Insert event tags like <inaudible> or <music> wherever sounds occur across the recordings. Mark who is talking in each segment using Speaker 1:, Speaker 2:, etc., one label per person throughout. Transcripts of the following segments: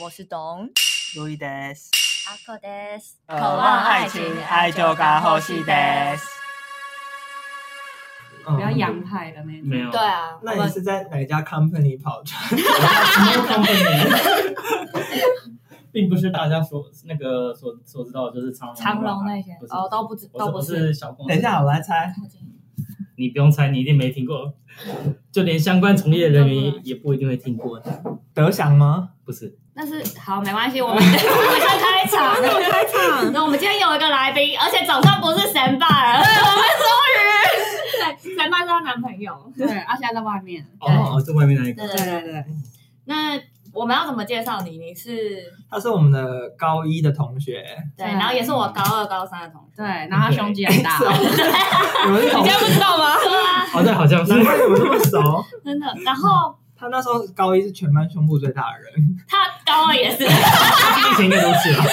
Speaker 1: 我是董
Speaker 2: 路易德斯，
Speaker 1: 阿克德斯，
Speaker 2: 渴望爱情，爱就该呼吸德。
Speaker 3: 比较洋派的那种。
Speaker 4: 没有
Speaker 1: 对啊，我
Speaker 5: 那你
Speaker 1: 们
Speaker 5: 是在哪一家 company 跑船？
Speaker 4: 什么 company，并不是大家所那个所所知道的，就是长隆
Speaker 1: 长隆那些
Speaker 4: 不是
Speaker 1: 哦，都不知
Speaker 4: 我
Speaker 1: 都
Speaker 4: 是
Speaker 1: 不
Speaker 4: 我是小公司
Speaker 5: 等一下，我来猜。
Speaker 4: 你不用猜，你一定没听过，就连相关从业人员也不一定会听过的，
Speaker 5: 德祥吗？
Speaker 4: 不是？
Speaker 3: 但是好，没关系，我们 <laughs> 我们先开场，开场。那我们今天有一个来宾，而且早上不是神爸了，对，我们终于，对， <laughs> 神爸是她男朋友，对，而且在外面。
Speaker 5: 哦，是外面那一个。
Speaker 3: 对
Speaker 1: 对
Speaker 3: 对对。那我们要怎么介绍你？你是
Speaker 5: 他是我们的高一的同学，
Speaker 3: 对，
Speaker 1: 对
Speaker 3: 然后也是我高二、高三的同学。
Speaker 6: 对，然后他胸肌
Speaker 3: <laughs>
Speaker 6: 很大，
Speaker 5: 是哦你们是同
Speaker 6: 你现在不知道吗？
Speaker 4: 哦，对，好像是
Speaker 5: 难怪你们那么熟。
Speaker 3: 真的。然后
Speaker 5: 他那时候高一是全班胸部最大的人，
Speaker 3: 他高二也 <laughs> 是。
Speaker 4: 以前应该都是啊。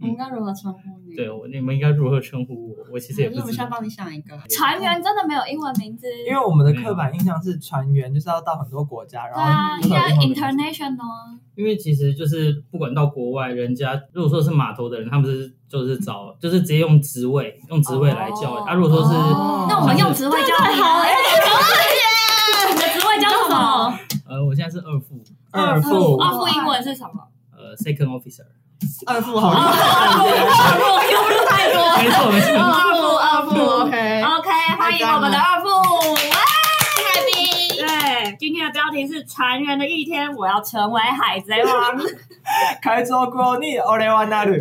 Speaker 6: 我们该如何称呼你？
Speaker 4: 对，我你们应该如何称呼我？我其实也
Speaker 6: 还是
Speaker 4: 不
Speaker 6: 我们
Speaker 4: 知
Speaker 6: 需要
Speaker 4: 道。
Speaker 6: 帮你想一个？
Speaker 3: 船员真的没有英文名字，
Speaker 5: 因为我们的刻板印象是船员就是要到很多国家，
Speaker 3: 对啊，
Speaker 5: 然后
Speaker 3: 应该
Speaker 5: 英文名字
Speaker 3: international。
Speaker 4: 因为其实就是不管到国外，人家如果说是码头的人，他们是就是找就是直接用职位用职位来叫。
Speaker 3: 哦
Speaker 4: 啊，如果说是
Speaker 6: 哦
Speaker 3: 那我们用职位叫你好哎，你的职位叫什么？
Speaker 4: 呃，我现在是二副，
Speaker 5: 二副，
Speaker 3: 二哦副英文是什么？
Speaker 4: 呃，second officer。
Speaker 5: 二副好厉害。
Speaker 3: 二副又不是太多。
Speaker 4: 没错没错。
Speaker 3: 二哦副，二
Speaker 6: 不
Speaker 3: 副。
Speaker 6: OK，
Speaker 3: OK，欢迎我们的二副，哇，海兵。对，今天的标题是“船员的一天，我要成为海贼 <laughs> 王
Speaker 5: 开桌过你奥雷万那鲁，”。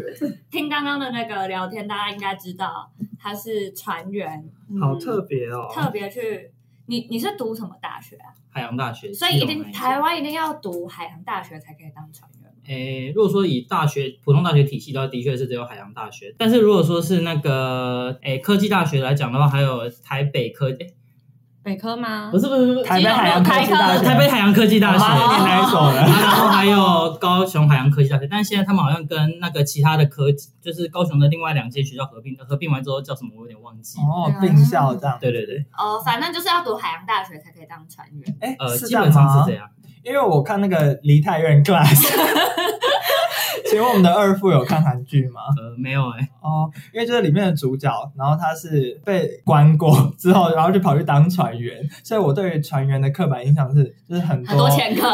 Speaker 3: 听刚刚的那个聊天，大家应该知道他是船员，
Speaker 5: 好特别哦。
Speaker 3: 特别去。你你是读什么大学啊？
Speaker 4: 海洋大
Speaker 3: <laughs>
Speaker 4: 学，
Speaker 3: 所以一
Speaker 4: 基隆那
Speaker 3: 定
Speaker 4: 间
Speaker 3: 台湾一定要读海洋大学才可以当船员。
Speaker 4: 诶，如果说以大学普通大学体系的话，的确是只有海洋大学。但是如果说是那个诶科技大学来讲的话，还有台北科，诶
Speaker 6: 北科吗
Speaker 4: 不？是不是不是，
Speaker 5: 台北海洋科技大学，哦
Speaker 4: 台北海洋科技大学，
Speaker 5: 妈的念哪一所
Speaker 4: 啊
Speaker 5: 了？
Speaker 4: 然后还有高雄海洋科技大学。但现在他们好像跟那个其他的科技，就是高雄的另外两间学校合并，合并完之后叫什么我有点忘记。
Speaker 5: 哦，并
Speaker 3: 嗯
Speaker 5: 校这样。
Speaker 4: 对对对，
Speaker 3: 哦，反正就是要读海洋大学才可以当船员。
Speaker 5: 哎，
Speaker 4: 呃，
Speaker 5: 是
Speaker 4: 基本上是
Speaker 5: 这
Speaker 4: 这
Speaker 5: 样吗。
Speaker 4: 样。
Speaker 5: 因为我看那个梨泰院
Speaker 3: <laughs>
Speaker 5: class，请问我们的二副有看韩剧吗？
Speaker 4: 呃，没有诶，
Speaker 5: 哦，因为就是里面的主角，然后他是被关过之后，然后就跑去当船员，所以我对于船员的刻板印象是，就是很多
Speaker 3: 很多前科，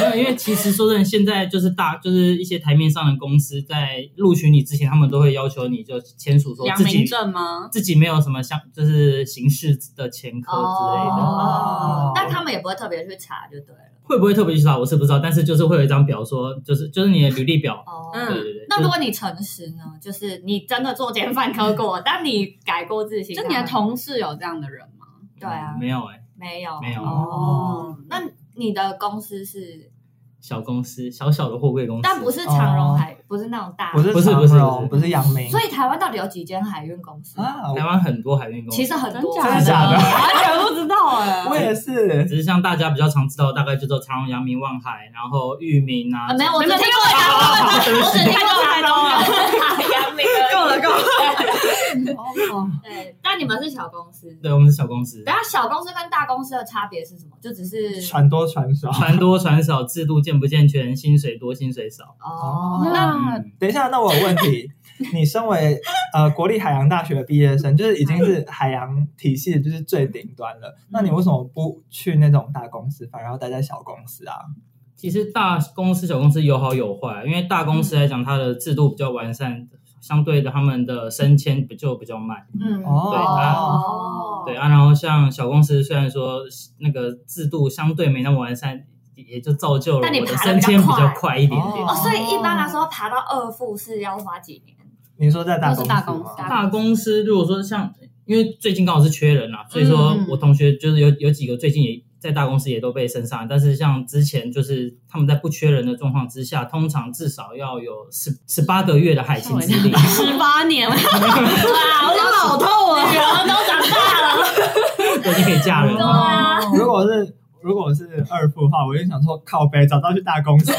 Speaker 4: 没有，因为其实说真的，现在就是大，就是一些台面上的公司在录取你之前，他们都会要求你就签署说
Speaker 6: 良
Speaker 4: 自己
Speaker 6: 民证吗？
Speaker 4: 自己没有什么像就是刑事的前科之类的，
Speaker 3: 哦
Speaker 5: 哦，
Speaker 3: 但他们也不会特别去查就对了。
Speaker 4: 会不会特别去查我是不知道，但是就是会有一张表说，就是就是你的履历表，
Speaker 3: 哦，
Speaker 6: 嗯
Speaker 4: 对对对，
Speaker 3: 那如果你诚实呢？就是你真的做奸犯科
Speaker 6: <laughs>
Speaker 3: 过，但你改过自新，
Speaker 6: 就你的
Speaker 3: 那
Speaker 6: 同事有这样的人吗？
Speaker 3: 对啊
Speaker 4: 嗯没有哎，
Speaker 3: 没有
Speaker 4: 没有
Speaker 3: 哦。那你的公司是，
Speaker 4: 小公司小小的货柜公司，
Speaker 3: 但不是长荣海，不是那种大，
Speaker 5: 不是
Speaker 4: 不是
Speaker 5: 长
Speaker 4: 不是
Speaker 5: 荣
Speaker 4: 不
Speaker 5: 不是杨明，
Speaker 3: 所以台湾到底有几间海运公司？
Speaker 5: 啊，
Speaker 4: 台
Speaker 5: 我
Speaker 4: 湾很多海运公司，
Speaker 3: 其实很多，
Speaker 5: 真的假的
Speaker 3: 完全不知道哎。
Speaker 6: <laughs>
Speaker 5: 我也是，
Speaker 4: 只是像大家比较常知道，大概就叫长荣、阳明、望海，然后裕民啊
Speaker 3: 啊，，没有，我只
Speaker 6: 没
Speaker 3: 听
Speaker 6: 有
Speaker 3: 过台湾，我只听过台湾，杨明够了够了。
Speaker 6: 哦，
Speaker 3: 对，但你们是小公司，
Speaker 4: 对，我们是小公司，
Speaker 3: 等下小公司跟大公司的差别是什么？就只是
Speaker 5: 船多船少。
Speaker 4: 船多船少，制度健不健全，薪水多薪水少，
Speaker 3: 哦，那
Speaker 6: 那
Speaker 4: 嗯，
Speaker 5: 等一下，那我有问
Speaker 3: <laughs>
Speaker 5: 题，你身为呃国立海洋大学的毕业生，就是已经是海洋体系的就是最顶端了，
Speaker 3: 嗯
Speaker 5: 那你为什么不去那种大公司，反而要待在小公司啊？
Speaker 4: 其实大公司、小公司有好有坏，因为大公司来讲，它的制度比较完善，相对的他们的升迁比就比较慢。
Speaker 3: 嗯
Speaker 5: 哦
Speaker 4: 对啊
Speaker 3: 哦
Speaker 4: 对啊，然后像小公司虽然说那个制度相对没那么完善，也就造就了
Speaker 3: 但你
Speaker 4: 我的
Speaker 3: 爬得
Speaker 4: 升
Speaker 3: 比较
Speaker 4: 迁比
Speaker 3: 快
Speaker 4: 较快一点点。
Speaker 3: 哦，所以一般来说爬到二副是要花几年？
Speaker 5: 你说在大公司
Speaker 6: 都是
Speaker 5: 吗？
Speaker 6: 大公司大
Speaker 4: 大公司如果说像，因为最近刚好是缺人啦、所以说
Speaker 6: 嗯
Speaker 4: 我同学就是有有几个最近也在大公司也都被升上来，但是像之前就是他们在不缺人的状况之下，通常至少要有十十八个月的海
Speaker 6: 吓
Speaker 4: 勤
Speaker 6: 我一
Speaker 4: 资历 <laughs>
Speaker 6: 跳。十八年，哇，我的好痛啊！
Speaker 3: 人都长大了，
Speaker 4: 对，你可以嫁人哦
Speaker 3: 对
Speaker 4: 了。
Speaker 3: 啊，
Speaker 5: 如果是如果是二副的话，我就想说靠背找到去大公司。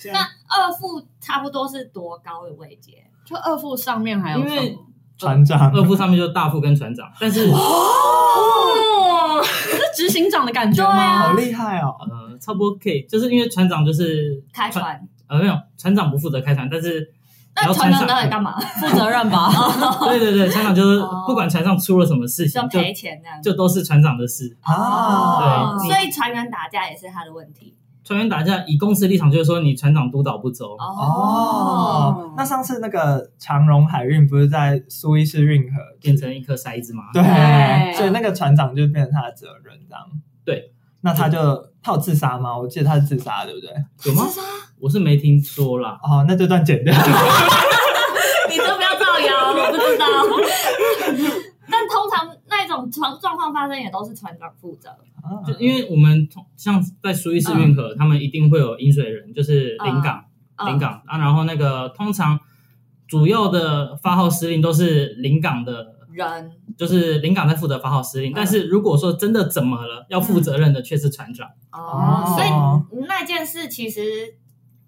Speaker 5: 现在
Speaker 3: <laughs> 那二副差不多是多高的位阶？
Speaker 6: 就二副上面还有
Speaker 4: 因为
Speaker 6: 什么
Speaker 5: 船长
Speaker 4: 二副上面就大副跟船长，但是
Speaker 3: 哦，
Speaker 6: 是执行长的感觉
Speaker 3: 对
Speaker 6: 吗？
Speaker 3: 啊
Speaker 5: 好厉害哦！
Speaker 4: 呃，了，差不多可以，就是因为船长就是
Speaker 3: 开船，
Speaker 4: 呃没有船长不负责开船，但是然
Speaker 3: 那
Speaker 4: 后
Speaker 3: 船
Speaker 4: 船
Speaker 3: 长
Speaker 4: 上
Speaker 3: 到底干嘛？
Speaker 6: 负责任吧。
Speaker 4: 对对对，船长就是
Speaker 3: 哦
Speaker 4: 不管船上出了什么事
Speaker 3: 就
Speaker 4: 情，就
Speaker 3: 赔钱这样子。
Speaker 4: 就都是船长的事。
Speaker 3: 哦
Speaker 6: 哦
Speaker 5: 啊，
Speaker 4: 对
Speaker 3: 所以船员打架也是他的问题。
Speaker 4: 船员打架，以公司立场就是说你船长督导不周，
Speaker 3: 哦
Speaker 5: 哦，那上次那个长荣海运不是在苏伊士运河
Speaker 4: 变成一颗筛子嘛。
Speaker 5: 对，
Speaker 6: 对
Speaker 5: 所以那个船长就变成他的责任这样。
Speaker 4: 对，
Speaker 5: 那他就他有自杀吗？我记得他是自杀，对不对？
Speaker 4: 有吗？
Speaker 3: 啊
Speaker 4: 我是没听说啦。
Speaker 5: 哦，那这段剪
Speaker 4: <laughs>
Speaker 5: 掉。
Speaker 3: 你都不要造谣，我不知道。 <laughs> 但通常那种状状况发生也都是船长负责，
Speaker 4: 就因为我们通像在苏伊士运河，他们一定会有引水人，就是临港，
Speaker 3: 嗯
Speaker 4: 临港啊。然后那个通常主要的发号施令都是临港的，
Speaker 3: 人
Speaker 4: 就是临港在负责发号施令。
Speaker 3: 嗯
Speaker 4: 但是如果说真的怎么了，要负责任的却是船长。
Speaker 3: 哦
Speaker 5: 哦，
Speaker 3: 所以那件事其实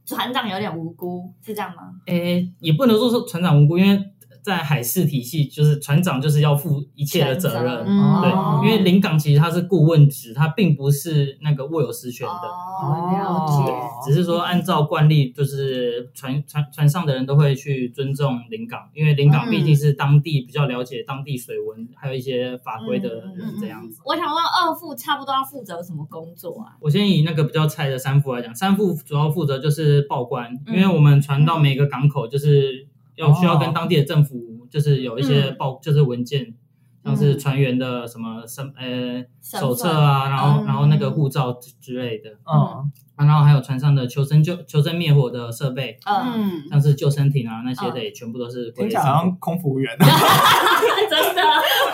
Speaker 3: 船长有点无辜，是这样吗？
Speaker 4: 诶，也不能说是船长无辜，因为在海事体系，就是船长就是要负一切的责
Speaker 3: 全责
Speaker 4: 任。
Speaker 6: 嗯
Speaker 4: 对
Speaker 3: 哦，
Speaker 4: 因为临港其实它是顾问职，它并不是那个握有实权的。
Speaker 3: 哦，了
Speaker 4: 只是说按照惯例，就是船船船上的人都会去尊重临港，因为临港毕竟是当地比较了解当地水文，还有一些法规的人这样子。
Speaker 3: 解。我想问二副差不多要负责什么工作啊？
Speaker 4: 我先以那个比较菜的三副来讲，三副主要负责就是报关，
Speaker 3: 嗯
Speaker 4: 因为我们船到每个港口就是要
Speaker 5: 哦
Speaker 4: 需要跟当地的政府就是有一些
Speaker 3: 嗯
Speaker 4: 报，就是文件。像是船员的什么身呃
Speaker 3: 身份
Speaker 4: 手册啊，然后
Speaker 3: 嗯
Speaker 4: 然后那个护照之之类的，
Speaker 5: 嗯，
Speaker 4: 啊然后还有船上的求生救求生灭火的设备，
Speaker 3: 嗯，
Speaker 6: 嗯，
Speaker 4: 像是救生艇啊那些的，也全部都是
Speaker 5: 听
Speaker 4: 归
Speaker 5: 起来好像空服务员。
Speaker 3: 真的，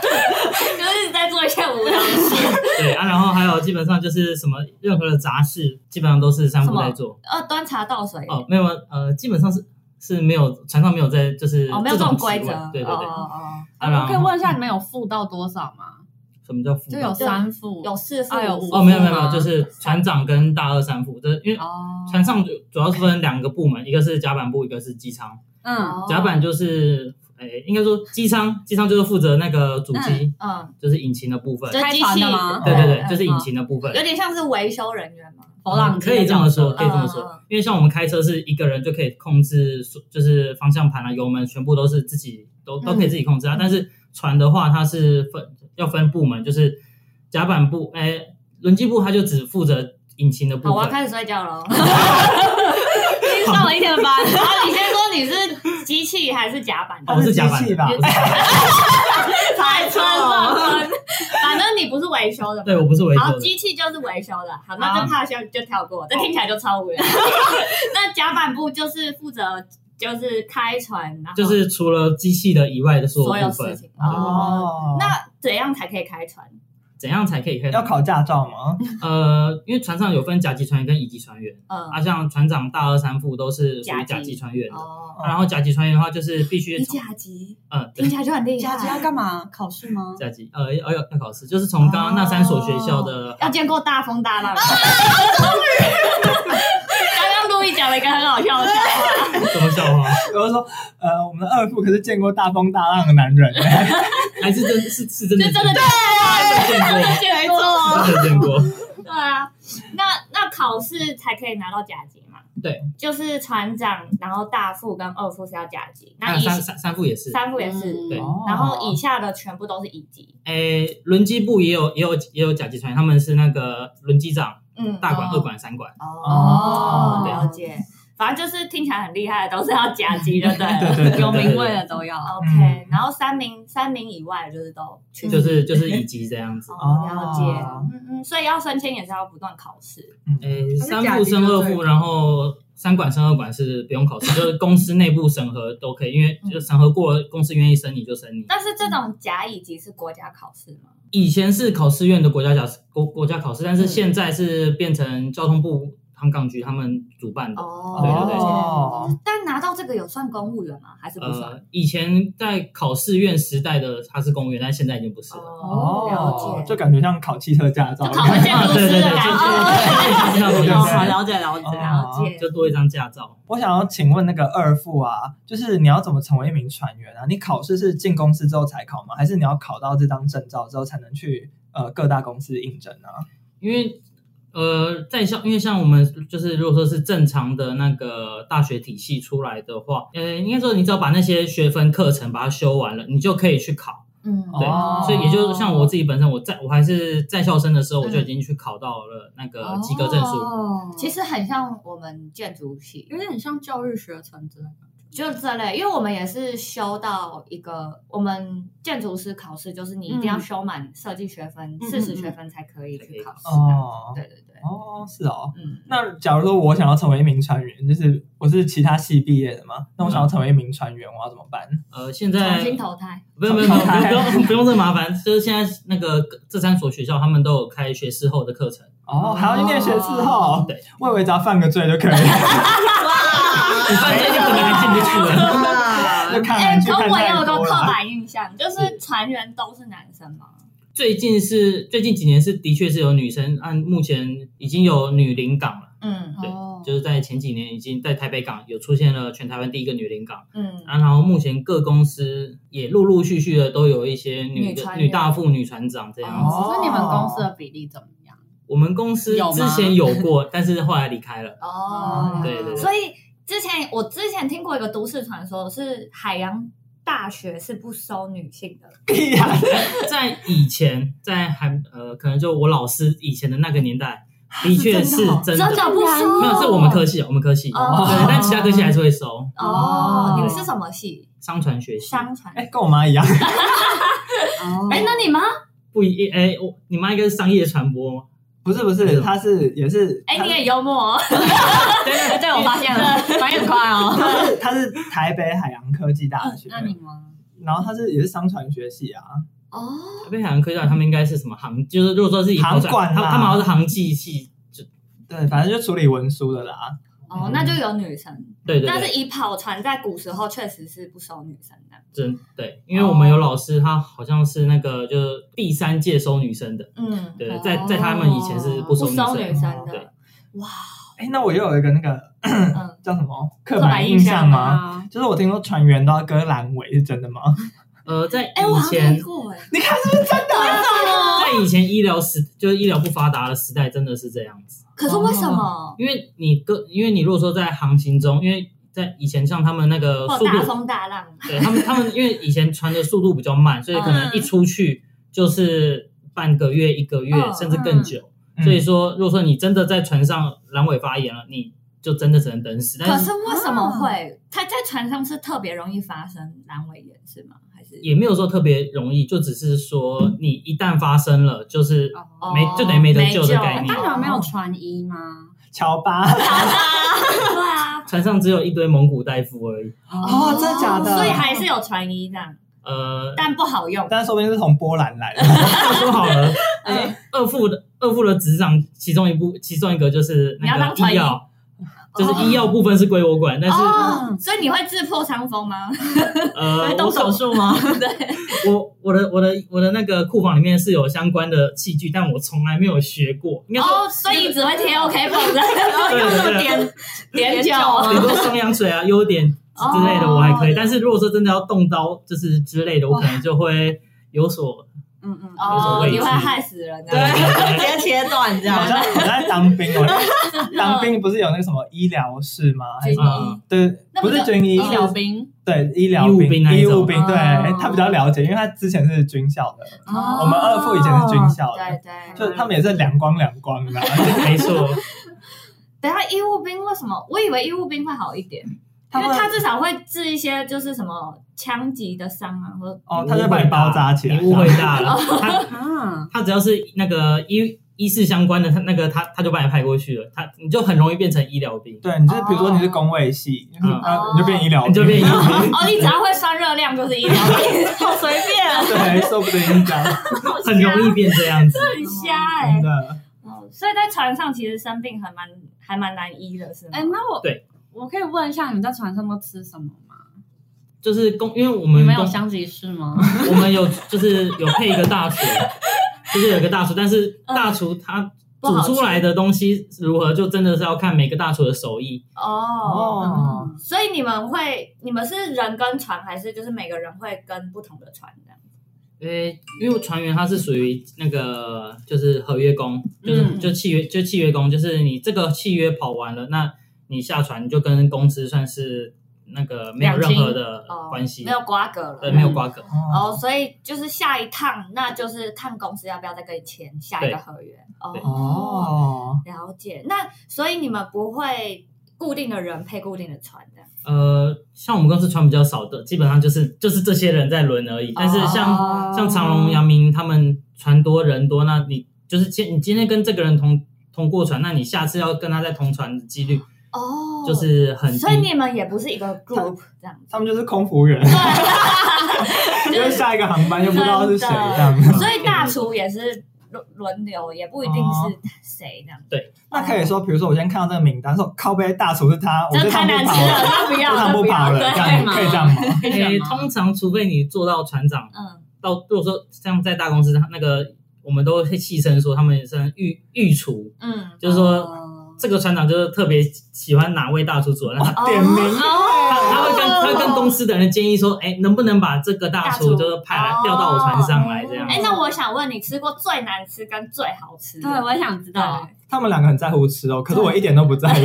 Speaker 3: 就是在做一些无聊的事。
Speaker 4: 对啊，然后还有基本上就是什么任何的杂事，基本上都是三
Speaker 3: 什
Speaker 4: 副
Speaker 3: 么
Speaker 4: 在做。
Speaker 3: 呃，端茶倒水，
Speaker 4: 哦，没有呃，基本上是是没有船上没有在就是
Speaker 3: 哦，没有
Speaker 4: 这
Speaker 3: 种
Speaker 4: 种
Speaker 3: 规
Speaker 4: 职
Speaker 3: 则
Speaker 4: 位，对对对。
Speaker 3: 哦哦哦
Speaker 4: 啊，然
Speaker 6: 我可以
Speaker 4: 后嗯
Speaker 6: 问一下你们有付到多少吗？
Speaker 4: 什么叫副
Speaker 6: 就有
Speaker 4: 导？
Speaker 6: 三副，
Speaker 3: 有四副，
Speaker 6: 啊有五
Speaker 4: 哦，没有没有
Speaker 6: 吗
Speaker 4: 没有，就是船长跟大二三副，就是因为
Speaker 3: 哦，
Speaker 4: 船上主主要是分两个部门，一个是甲板部，一个是机舱。
Speaker 6: 嗯，
Speaker 3: 哦
Speaker 4: 甲板就是。诶，应该说机舱，机舱就是负责那个主机，
Speaker 3: 嗯，
Speaker 4: 就是引擎的部分。
Speaker 3: 就
Speaker 6: 开
Speaker 3: 机
Speaker 6: 船
Speaker 3: 器
Speaker 6: 的吗
Speaker 4: 对对对
Speaker 3: 嗯，
Speaker 4: 就是引擎的部分。
Speaker 3: 有点像是维修人员嘛。
Speaker 6: 佛朗机
Speaker 4: 嗯可以这么说，
Speaker 6: 的角色
Speaker 4: 可以这么
Speaker 3: 嗯嗯
Speaker 4: 说，因为像我们开车是一个人就可以控制所，就是方向盘啊、油门全部都是自己都都可以自己控
Speaker 3: 嗯
Speaker 4: 制啊。但是船的话，它是分要分部门，就是甲板部，哎，轮机部它就只负责引擎的部
Speaker 3: 好，我要
Speaker 4: 分。
Speaker 3: 开始睡觉
Speaker 4: <laughs>
Speaker 3: 了。已经上了一天班， <laughs> 然后你先说你是机器还是甲板的？
Speaker 4: 哦我是甲板
Speaker 5: 机器吧
Speaker 4: 我是甲板
Speaker 3: 太春了，反正你不是维修的嘛。
Speaker 4: 对我不是维
Speaker 3: 好，
Speaker 4: 修的，
Speaker 3: 机器就是维修的，好，那这怕修就跳过，这听起来就超无
Speaker 4: <laughs>
Speaker 3: 聊。那甲板部就是负责就是开船，然后
Speaker 4: 就是除了机器的以外的所
Speaker 3: 所
Speaker 4: 有
Speaker 3: 有
Speaker 4: 部
Speaker 3: 事
Speaker 4: 分。
Speaker 3: 情。哦，
Speaker 5: 哦，
Speaker 3: 那怎样才可以开船？
Speaker 4: 怎样才可以开
Speaker 5: 要
Speaker 4: 船？
Speaker 5: 考驾照吗？
Speaker 4: 呃，因为船上有分甲级船员跟乙级船员
Speaker 3: 嗯，
Speaker 4: 啊，像船长大二三副都是属
Speaker 3: 甲
Speaker 4: 于
Speaker 3: 级
Speaker 4: 甲级船员的。
Speaker 3: 哦，
Speaker 4: 啊然后甲级船员的话，就是必须
Speaker 3: 一
Speaker 4: 从
Speaker 3: 甲级
Speaker 4: 嗯，对
Speaker 3: 听起来就很厉
Speaker 6: 甲级要
Speaker 3: 害，
Speaker 6: 干嘛？考试吗？
Speaker 4: 甲级，呃，要要要考试，就是从刚刚那三所学校 <laughs> 的，
Speaker 3: 要见过大风大浪。 <laughs> 刚刚路易讲了一个很好笑的笑话，
Speaker 4: 什么校花，
Speaker 5: 我就说，呃，我们的二副可是见过大风大浪的男人欸。
Speaker 4: 还是真是是真的
Speaker 3: 就真的
Speaker 4: 见
Speaker 3: 对，
Speaker 4: 过，
Speaker 3: 没错，
Speaker 4: 啊真的见过，
Speaker 3: 对啊。那那考试才可以拿到甲级嘛？
Speaker 4: 对，
Speaker 3: 就是船长，然后大副跟二副是要甲级，那
Speaker 4: 还有
Speaker 3: 以
Speaker 4: 三三三副也是，
Speaker 3: 三副也是，
Speaker 6: 嗯
Speaker 4: 对
Speaker 3: 哦然后以下的全部都是乙级。
Speaker 4: 诶，哎轮机部也有也有也有甲级船员，他们是那个轮机长、
Speaker 3: 嗯，
Speaker 4: 大管、
Speaker 6: 哦
Speaker 4: 二管、三管，
Speaker 3: 哦，
Speaker 5: 对
Speaker 3: 了解。反正就是听起来很厉害的，都是要甲级的，对了。
Speaker 5: 对对对
Speaker 6: 有名位的都要。
Speaker 3: OK，然后三名三名以外就是都去
Speaker 4: 就是就是乙级这样子。
Speaker 3: 哦，了解，
Speaker 5: 哦
Speaker 3: 嗯嗯，所以要升迁也是要不断考试，
Speaker 4: 诶，
Speaker 6: 还是甲
Speaker 4: 哎三
Speaker 6: 级
Speaker 4: 副升
Speaker 6: 就
Speaker 4: 二
Speaker 6: 最
Speaker 4: 副，
Speaker 6: 高
Speaker 4: 然后三管升二管是不用考试，就是公司内部审核都可以，因为就审核过，公司愿意升你就升你。
Speaker 3: 但是这种甲乙级是国家考试吗？
Speaker 4: 以前是考试院的国家考试国国家考试，
Speaker 3: 嗯
Speaker 4: 但是现在是变成交通部航港局他们主办的。
Speaker 3: 哦
Speaker 4: 对对对
Speaker 3: 了
Speaker 5: 哦
Speaker 3: 解但拿到这个有算公务员吗？还是不啊算？
Speaker 4: 呃，以前在考试院时代的他是公务员，但现在已经不是了。
Speaker 3: 哦，了解，
Speaker 5: 就感觉像考汽车驾照
Speaker 3: 就。考个建
Speaker 4: 啊
Speaker 3: 筑
Speaker 4: 对
Speaker 3: 师
Speaker 4: 对对，
Speaker 3: 的感觉。
Speaker 4: 就是 <laughs> 那种
Speaker 5: 对对
Speaker 6: 哦，好
Speaker 5: 对
Speaker 6: 了解了解。
Speaker 5: 哦
Speaker 3: 了解，
Speaker 4: 就多一张驾照。
Speaker 5: 我想要请问那个二副啊，就是你要怎么成为一名船员啊？你考试是进公司之后才考吗？还是你要考到这张证照之后才能去呃各大公司应征呢、
Speaker 4: 因为呃，在像因为像我们就是如果说是正常的那个大学体系出来的话，呃，应该说你只要把那些学分课程把它修完了，你就可以去考。
Speaker 7: 嗯，
Speaker 4: 对，
Speaker 1: 哦
Speaker 4: 所以也就是像我自己本身，我在我还是在校生的时候，
Speaker 3: 嗯
Speaker 4: 我就已经去考到了那个及格证书。
Speaker 7: 哦
Speaker 3: 其实很像我们建筑系，
Speaker 6: 有点像教育学程之类的。
Speaker 3: 就这类，因为我们也是修到一个，我们建筑师考试就是你一定要修满设计学分
Speaker 6: 嗯
Speaker 3: 四十、40学分才可以去考试。
Speaker 5: 哦
Speaker 3: 对对对，
Speaker 5: 哦，是哦。
Speaker 3: 嗯，
Speaker 5: 那假如说我想要成为一名船员，就是我是其他系毕业的嘛，那我想要成为一名船员，我要怎么办？
Speaker 4: 呃，现
Speaker 3: 重
Speaker 4: 在
Speaker 3: 新投胎，
Speaker 4: 不用不用不用不用不用不用这么麻烦，就是现在那个这三所学校他们都有开学士后的课程。
Speaker 5: 哦，还要去念学士后？
Speaker 4: 对，
Speaker 5: 我以为只要犯个罪就可以了，
Speaker 3: 啊
Speaker 4: 你发现你可能还进不去了。
Speaker 5: 就看
Speaker 7: 哎，
Speaker 5: 韩剧
Speaker 7: 可
Speaker 5: 看
Speaker 7: 我也有
Speaker 5: 太
Speaker 7: 个
Speaker 5: 多
Speaker 7: 刻
Speaker 5: <laughs> 了。
Speaker 7: 板印象，就是船员都是男生嘛。
Speaker 4: 最近是最近几年是的确是有女生，按目前已经有女临港了，
Speaker 3: 嗯
Speaker 4: 对
Speaker 7: 哦
Speaker 4: 就是在前几年已经在台北港有出现了全台湾第一个女临港，
Speaker 3: 嗯，
Speaker 4: 啊然后目前各公司也陆陆续续的都有一些女
Speaker 3: 女
Speaker 4: 的
Speaker 3: 船
Speaker 4: 女
Speaker 3: 员
Speaker 4: 大副、女船长这样子。
Speaker 5: 哦
Speaker 6: 可是你们公司的比例怎么样？
Speaker 4: 我们公司
Speaker 6: 有吗
Speaker 4: 之前有过，但是后来离开了。 <laughs>
Speaker 3: 哦，
Speaker 4: 对对对
Speaker 3: 所以之前我之前听过一个都市传说，是海洋大学是不收女性的。
Speaker 5: 屁哎呀！
Speaker 4: 在以前，在还呃，可能就我老师以前的那个年代，的确是
Speaker 6: 真的哦
Speaker 4: 真
Speaker 3: 啊真的不收，
Speaker 4: 没有，是我们科系，我们科系，
Speaker 3: 哦
Speaker 4: 对，但其他科系还是会收
Speaker 3: 哦。你们是什么系？
Speaker 4: 商船学系。
Speaker 3: 商传。
Speaker 5: 哎，跟我妈一样。
Speaker 6: 哦
Speaker 3: 哎，那你们？
Speaker 4: 不一哎，我你妈应该是商业传播吗？
Speaker 5: 不是不是，她是也是，
Speaker 3: 哎，
Speaker 5: 她
Speaker 3: 你也幽默哦。对，我发现了，
Speaker 6: <laughs>
Speaker 3: 反应很快哦。
Speaker 5: 她是她是台北海洋科技大
Speaker 3: 嗯
Speaker 5: 学，
Speaker 6: 那你们
Speaker 5: 然后她是也是商船学系啊，
Speaker 3: 哦，
Speaker 4: 被海洋科长他们应该是什么航？就是如果说是以
Speaker 5: 航
Speaker 4: 船
Speaker 5: 管
Speaker 4: 他
Speaker 5: 啦
Speaker 4: 他们好像是航技系，就
Speaker 5: 对，反正就处理文书的啦。
Speaker 3: 哦，那就有女生，
Speaker 4: 对对
Speaker 3: 但
Speaker 4: 对，
Speaker 3: 是以跑船在古时候确实是不收女生的。
Speaker 4: 真对，因为我们有老师，他好像是那个就是第三届收女生的，
Speaker 3: 嗯，
Speaker 4: 对，
Speaker 6: 哦
Speaker 4: 在在他们以前是
Speaker 3: 不
Speaker 4: 不收女
Speaker 3: 收女
Speaker 4: 生。
Speaker 3: 生
Speaker 4: 对
Speaker 3: 的。哇，
Speaker 5: 哎，那我又有一个那个
Speaker 3: 嗯，
Speaker 5: <coughs> 叫什么刻
Speaker 3: 板
Speaker 5: 板
Speaker 3: 印
Speaker 5: 印象
Speaker 3: 象
Speaker 5: 吗？就是我听说船员都要割阑尾，是真的吗？
Speaker 4: 呃，在
Speaker 3: 哎，我
Speaker 4: 以
Speaker 3: 好像
Speaker 4: 前
Speaker 3: 听过哎，
Speaker 5: 你看是不是真的？
Speaker 4: 在以前医疗时就是医疗不发达的时代，真的是这样子。
Speaker 3: 可是为什么？
Speaker 4: 因为你个，因为你如果说在航行中，因为在以前像他们那个
Speaker 3: 或
Speaker 4: 速
Speaker 3: 哦大
Speaker 4: 度，
Speaker 3: 风大浪？啊
Speaker 4: 对他们他们因为以前船的速度比较
Speaker 3: <laughs>
Speaker 4: 慢，所以可能一出去就是半个月、一个月，
Speaker 3: 嗯
Speaker 4: 甚至更久。所
Speaker 5: 嗯
Speaker 4: 以说，如果说你真的在船上阑尾发炎了，你就真的只能等死。
Speaker 3: 可
Speaker 4: 但
Speaker 3: 是
Speaker 4: 是
Speaker 3: 为什么会？它在船上是特别容易发生阑尾炎是吗？还是
Speaker 4: 也没有说特别容易，就只是说你一旦发生了，就是
Speaker 6: 哦
Speaker 4: 没就等于没得救的概
Speaker 3: 没
Speaker 4: 念
Speaker 3: 救哦
Speaker 6: 那你们没有穿衣吗？
Speaker 5: 乔巴，
Speaker 3: 对啊，
Speaker 4: 船上只有一堆蒙古大夫而已。
Speaker 5: <laughs> 哦真的假的
Speaker 3: 所以还是有传医这样，
Speaker 4: 呃，
Speaker 3: 但不好用。
Speaker 5: 但说不定是从波兰来的。 <laughs>
Speaker 4: 说好了，哎，二副的二副的职掌，其中一部其中一个就是
Speaker 3: 你要
Speaker 4: 那
Speaker 3: 当
Speaker 4: 个
Speaker 3: 传
Speaker 4: 医
Speaker 3: 医
Speaker 4: 药，就是医药部分是归我管，但是
Speaker 3: 哦，所以你会自破伤风吗？
Speaker 4: 呃，
Speaker 3: 会
Speaker 4: 我
Speaker 3: 动手
Speaker 4: 手
Speaker 3: 术吗？
Speaker 4: 我我的我的我的那个库房里面是有相关的器具，但我从来没有学过，应该说
Speaker 3: 哦，所以只会贴 OK 绷的，然后用那么点点脚
Speaker 4: 顶
Speaker 3: 啊。
Speaker 4: 多双氧水啊、优点之类的
Speaker 3: 哦
Speaker 4: 我还可以，但是如果说真的要动刀就是之类的，我可能就会有所
Speaker 6: 嗯嗯
Speaker 4: 有所
Speaker 3: 哦，
Speaker 4: 畏
Speaker 3: 你
Speaker 4: 惧
Speaker 3: 会害死人的。哦
Speaker 4: 对啊
Speaker 6: 接切断这
Speaker 5: 好像我在当兵，我在当兵不是有那个什么医疗室吗？还是
Speaker 4: 嗯
Speaker 5: 对，
Speaker 3: 那
Speaker 5: 不
Speaker 3: 不就是
Speaker 5: 军医，
Speaker 6: 医疗兵
Speaker 5: 对医疗
Speaker 4: 医务兵那一
Speaker 5: 医务
Speaker 4: 种
Speaker 5: 兵，对
Speaker 6: 哦
Speaker 5: 他比较了解，因为他之前是军校的，
Speaker 3: 哦
Speaker 5: 我们二副以前是军校
Speaker 3: 对
Speaker 5: 的，
Speaker 3: 对，
Speaker 5: 就他们也是两光两光的，啊
Speaker 4: 没错，
Speaker 3: 等一下医务兵为什么？我以为医务兵会好一点，因
Speaker 5: 他
Speaker 3: 为
Speaker 5: 们
Speaker 3: 他至少会治一些就是什么枪击的伤啊，或
Speaker 5: <laughs> 哦，他就把你包扎起来，
Speaker 4: 你误会大了，他
Speaker 6: 啊，
Speaker 4: 他只要是那个医医事相关的，他那个他他就把你派过去了，他你就很容易变成医疗兵，
Speaker 5: 对，你就是比如说你是工卫系，
Speaker 4: 嗯
Speaker 5: 啊，你就变医疗兵，
Speaker 4: 你就变医疗兵，
Speaker 3: 哦，你只要会算热量就是医疗兵，好随便，
Speaker 5: 对，说不定这样，
Speaker 4: <laughs> 很容易变这样子。
Speaker 3: 很瞎哎
Speaker 5: 真。的。
Speaker 3: 哦，所以在船上其实生病还蛮还蛮难医的，是吗？
Speaker 6: 哎，那我
Speaker 4: 对，
Speaker 6: 我可以问一下你们在船上都吃什么吗？
Speaker 4: 就是公，因为我
Speaker 6: 你
Speaker 4: 们
Speaker 6: 们有
Speaker 4: 公
Speaker 6: 香吉士吗？
Speaker 4: 我们有就是有配一个大厨，就是有一个大厨，但是大厨他
Speaker 3: 不好
Speaker 4: 煮出来的东西如何，就真的是要看每个大厨的手艺。
Speaker 3: 哦，
Speaker 5: 哦，
Speaker 3: 所以你们会，你们是人跟船，还是就是每个人会跟不同的船这样？
Speaker 4: 诶，因为船员他是属于那个就是合约工，就是、
Speaker 6: 嗯
Speaker 4: 就契约就契约工，就是你这个契约跑完了，那你下船就跟公司算是那个没有
Speaker 3: 两
Speaker 4: 任
Speaker 3: 清
Speaker 4: 何的
Speaker 3: 哦
Speaker 4: 关系，
Speaker 3: 没有瓜葛了。
Speaker 4: 对，
Speaker 6: 嗯
Speaker 4: 没有瓜葛。
Speaker 3: 哦，所以就是下一趟，那就是看公司要不要再跟你签下一个合约。
Speaker 4: 对
Speaker 3: 哦，
Speaker 5: 哦，
Speaker 3: 了解。那所以你们不会固定的人配固定的船的，
Speaker 4: 呃，像我们公司船比较少的，基本上就是就是这些人在轮而已。但是像、
Speaker 3: 哦
Speaker 4: 像长隆、阳明他们船多人多，那你就是今你今天跟这个人同同过船，那你下次要跟他再同船的几率
Speaker 3: 哦，
Speaker 4: 就是很低。
Speaker 3: 所以你们也不是一个 group 这样子。
Speaker 5: 他们就是空服员， <laughs> 因为下一个航班又不知道是谁
Speaker 3: 真的
Speaker 5: 这样。
Speaker 3: 所以大厨也是轮轮流，也不一定
Speaker 6: 哦
Speaker 3: 是谁这样。
Speaker 5: 那可以说，比如说我今天看到这个名单，说靠背大厨是他，我
Speaker 3: 这
Speaker 5: 这
Speaker 3: 太
Speaker 5: 趟
Speaker 3: 难
Speaker 5: 不
Speaker 3: 吃
Speaker 5: 跑
Speaker 3: 了，
Speaker 5: 了，
Speaker 3: 他不
Speaker 5: <laughs> 这趟不
Speaker 3: 要，他
Speaker 5: 跑
Speaker 3: 要。
Speaker 5: 了，这样
Speaker 6: 对
Speaker 5: 可以这样吗？
Speaker 4: 诶哎通常除非你做到船长，
Speaker 3: 嗯，
Speaker 4: 到如果说像在大公司，那个我们都会戏称说他们是御御厨，
Speaker 3: 嗯，
Speaker 4: 就是说
Speaker 3: 哦
Speaker 4: 这个船长就是特别喜欢哪位大厨煮，
Speaker 5: <laughs>
Speaker 4: 那他
Speaker 5: 点名
Speaker 3: 哦
Speaker 4: 他他会跟他会跟公司的人建议说，哎，能不能把这个大
Speaker 3: 大
Speaker 4: 厨
Speaker 3: 厨
Speaker 4: 就是派
Speaker 3: 哦
Speaker 4: 来调到我船上来这样？
Speaker 3: 哎，那我想问你，吃过最难吃跟最好吃的？
Speaker 6: 对，我也想知道，哎
Speaker 5: 他们两个很在乎吃哦，可是我一点都不在意。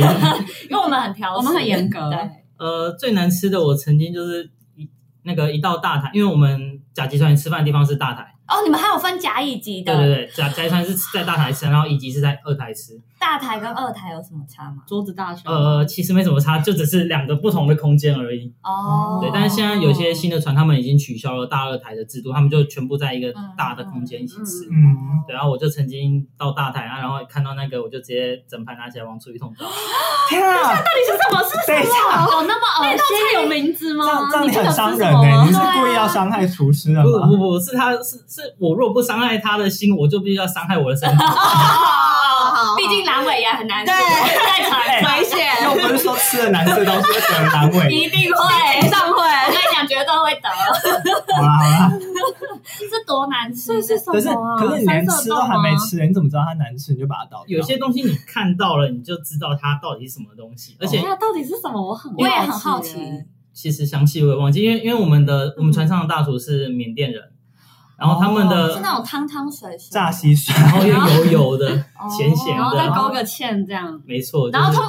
Speaker 3: 因为我们很挑食，
Speaker 6: 我们很严格
Speaker 3: 对，
Speaker 4: 呃，最难吃的我曾经就是一那个一到大台，因为我们甲级船员吃饭的地方是大台，
Speaker 3: 哦，你们还有分甲乙级
Speaker 4: 对对
Speaker 3: 的，
Speaker 4: 对，甲甲级船员是在大台吃，然后乙级是在二台吃。
Speaker 3: 大台跟二台有什么差吗？
Speaker 6: 桌子大小，
Speaker 4: 呃，其实没什么差，就只是两个不同的空间而已。
Speaker 3: 哦，
Speaker 4: 对，但是现在有些新的船，他们已经取消了大二台的制度，他们就全部在一个大的空间一起吃。
Speaker 5: 嗯，
Speaker 4: 对，然后我就曾经到大台啊，然后看到那个，我就直接整盘拿起来往出一桶倒。
Speaker 5: 天啊，
Speaker 3: 到底是什么是
Speaker 5: 等一下，
Speaker 3: 哦，那么恶
Speaker 6: 那道
Speaker 3: 心，
Speaker 6: 菜有名字
Speaker 5: 这样
Speaker 6: 吗
Speaker 5: 这？样
Speaker 6: 你
Speaker 5: 你
Speaker 6: 不
Speaker 5: 很
Speaker 6: 想
Speaker 5: 伤
Speaker 6: 吃什
Speaker 5: 人
Speaker 6: 么
Speaker 5: 呢，
Speaker 6: 吗
Speaker 5: 你是故意要伤害厨师的
Speaker 4: 不
Speaker 5: 吗
Speaker 4: 不？不，是他是是我若不伤害他的心，我就必须要伤害我的身体。
Speaker 3: 哦，毕竟阑尾也很难吃，在船上
Speaker 6: 危险，
Speaker 5: 又不是说吃了难吃的东西就得了阑尾
Speaker 3: 一定会。
Speaker 6: 上会。
Speaker 3: 我跟你讲，绝对会得，
Speaker 5: 炎，好啦好啦。
Speaker 3: 这多难吃
Speaker 6: 这
Speaker 3: 的！
Speaker 6: 是什
Speaker 5: 可是
Speaker 6: 么啊？
Speaker 5: 可是你连吃都还没
Speaker 6: 三色
Speaker 5: 吃，你怎么知道它难吃？你就把它倒掉。
Speaker 4: 有些东西你看到了，你就知道它到底是什么东西。而且
Speaker 6: 豆吗，那到底是什么？我很
Speaker 3: 我也很好奇，
Speaker 6: 欸
Speaker 4: 其实详细我也忘记，因为因为我们的我们船上的大厨是缅甸人，然后他们的、
Speaker 3: 是那种汤汤水水
Speaker 5: 炸蟋蟀，
Speaker 4: 然后又油油的、咸咸
Speaker 6: 然后再
Speaker 4: 的，
Speaker 6: 勾个芡这样。
Speaker 4: 没错。
Speaker 3: 然后啊
Speaker 4: 就是
Speaker 3: 通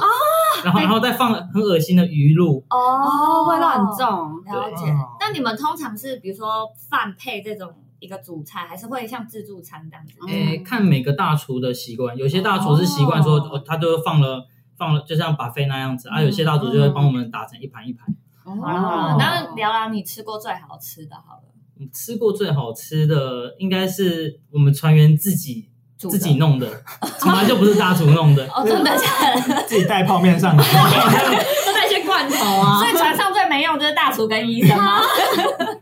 Speaker 4: 然后
Speaker 3: 哎
Speaker 4: 然后再放了很恶心的鱼露，
Speaker 3: 哦
Speaker 6: 哦，味道很。重，
Speaker 3: 了解
Speaker 5: 对。
Speaker 3: 那你们通常是比如说饭配这种一个主菜，还是会像自助餐这样子？
Speaker 6: 嗯
Speaker 4: 诶，哎看每个大厨的习惯，有些大厨是习惯说，
Speaker 6: 哦
Speaker 4: 哦他就放了放了，就像把菲那样子
Speaker 3: 嗯
Speaker 4: 啊，有些大厨就会帮我们打成一盘一盘。
Speaker 6: 嗯
Speaker 3: 好了好了，哦那聊聊你吃过最好吃的好了。
Speaker 4: 嗯吃过最好吃的应该是我们船员自己
Speaker 3: 煮的
Speaker 4: 自己
Speaker 3: <laughs>
Speaker 4: 弄的，从来就不是大厨弄的。
Speaker 3: 哦，真的假的？
Speaker 5: 自己带泡面上来，
Speaker 6: 就那些罐头啊
Speaker 3: 所以船上哦最没用就是大厨跟医生吗？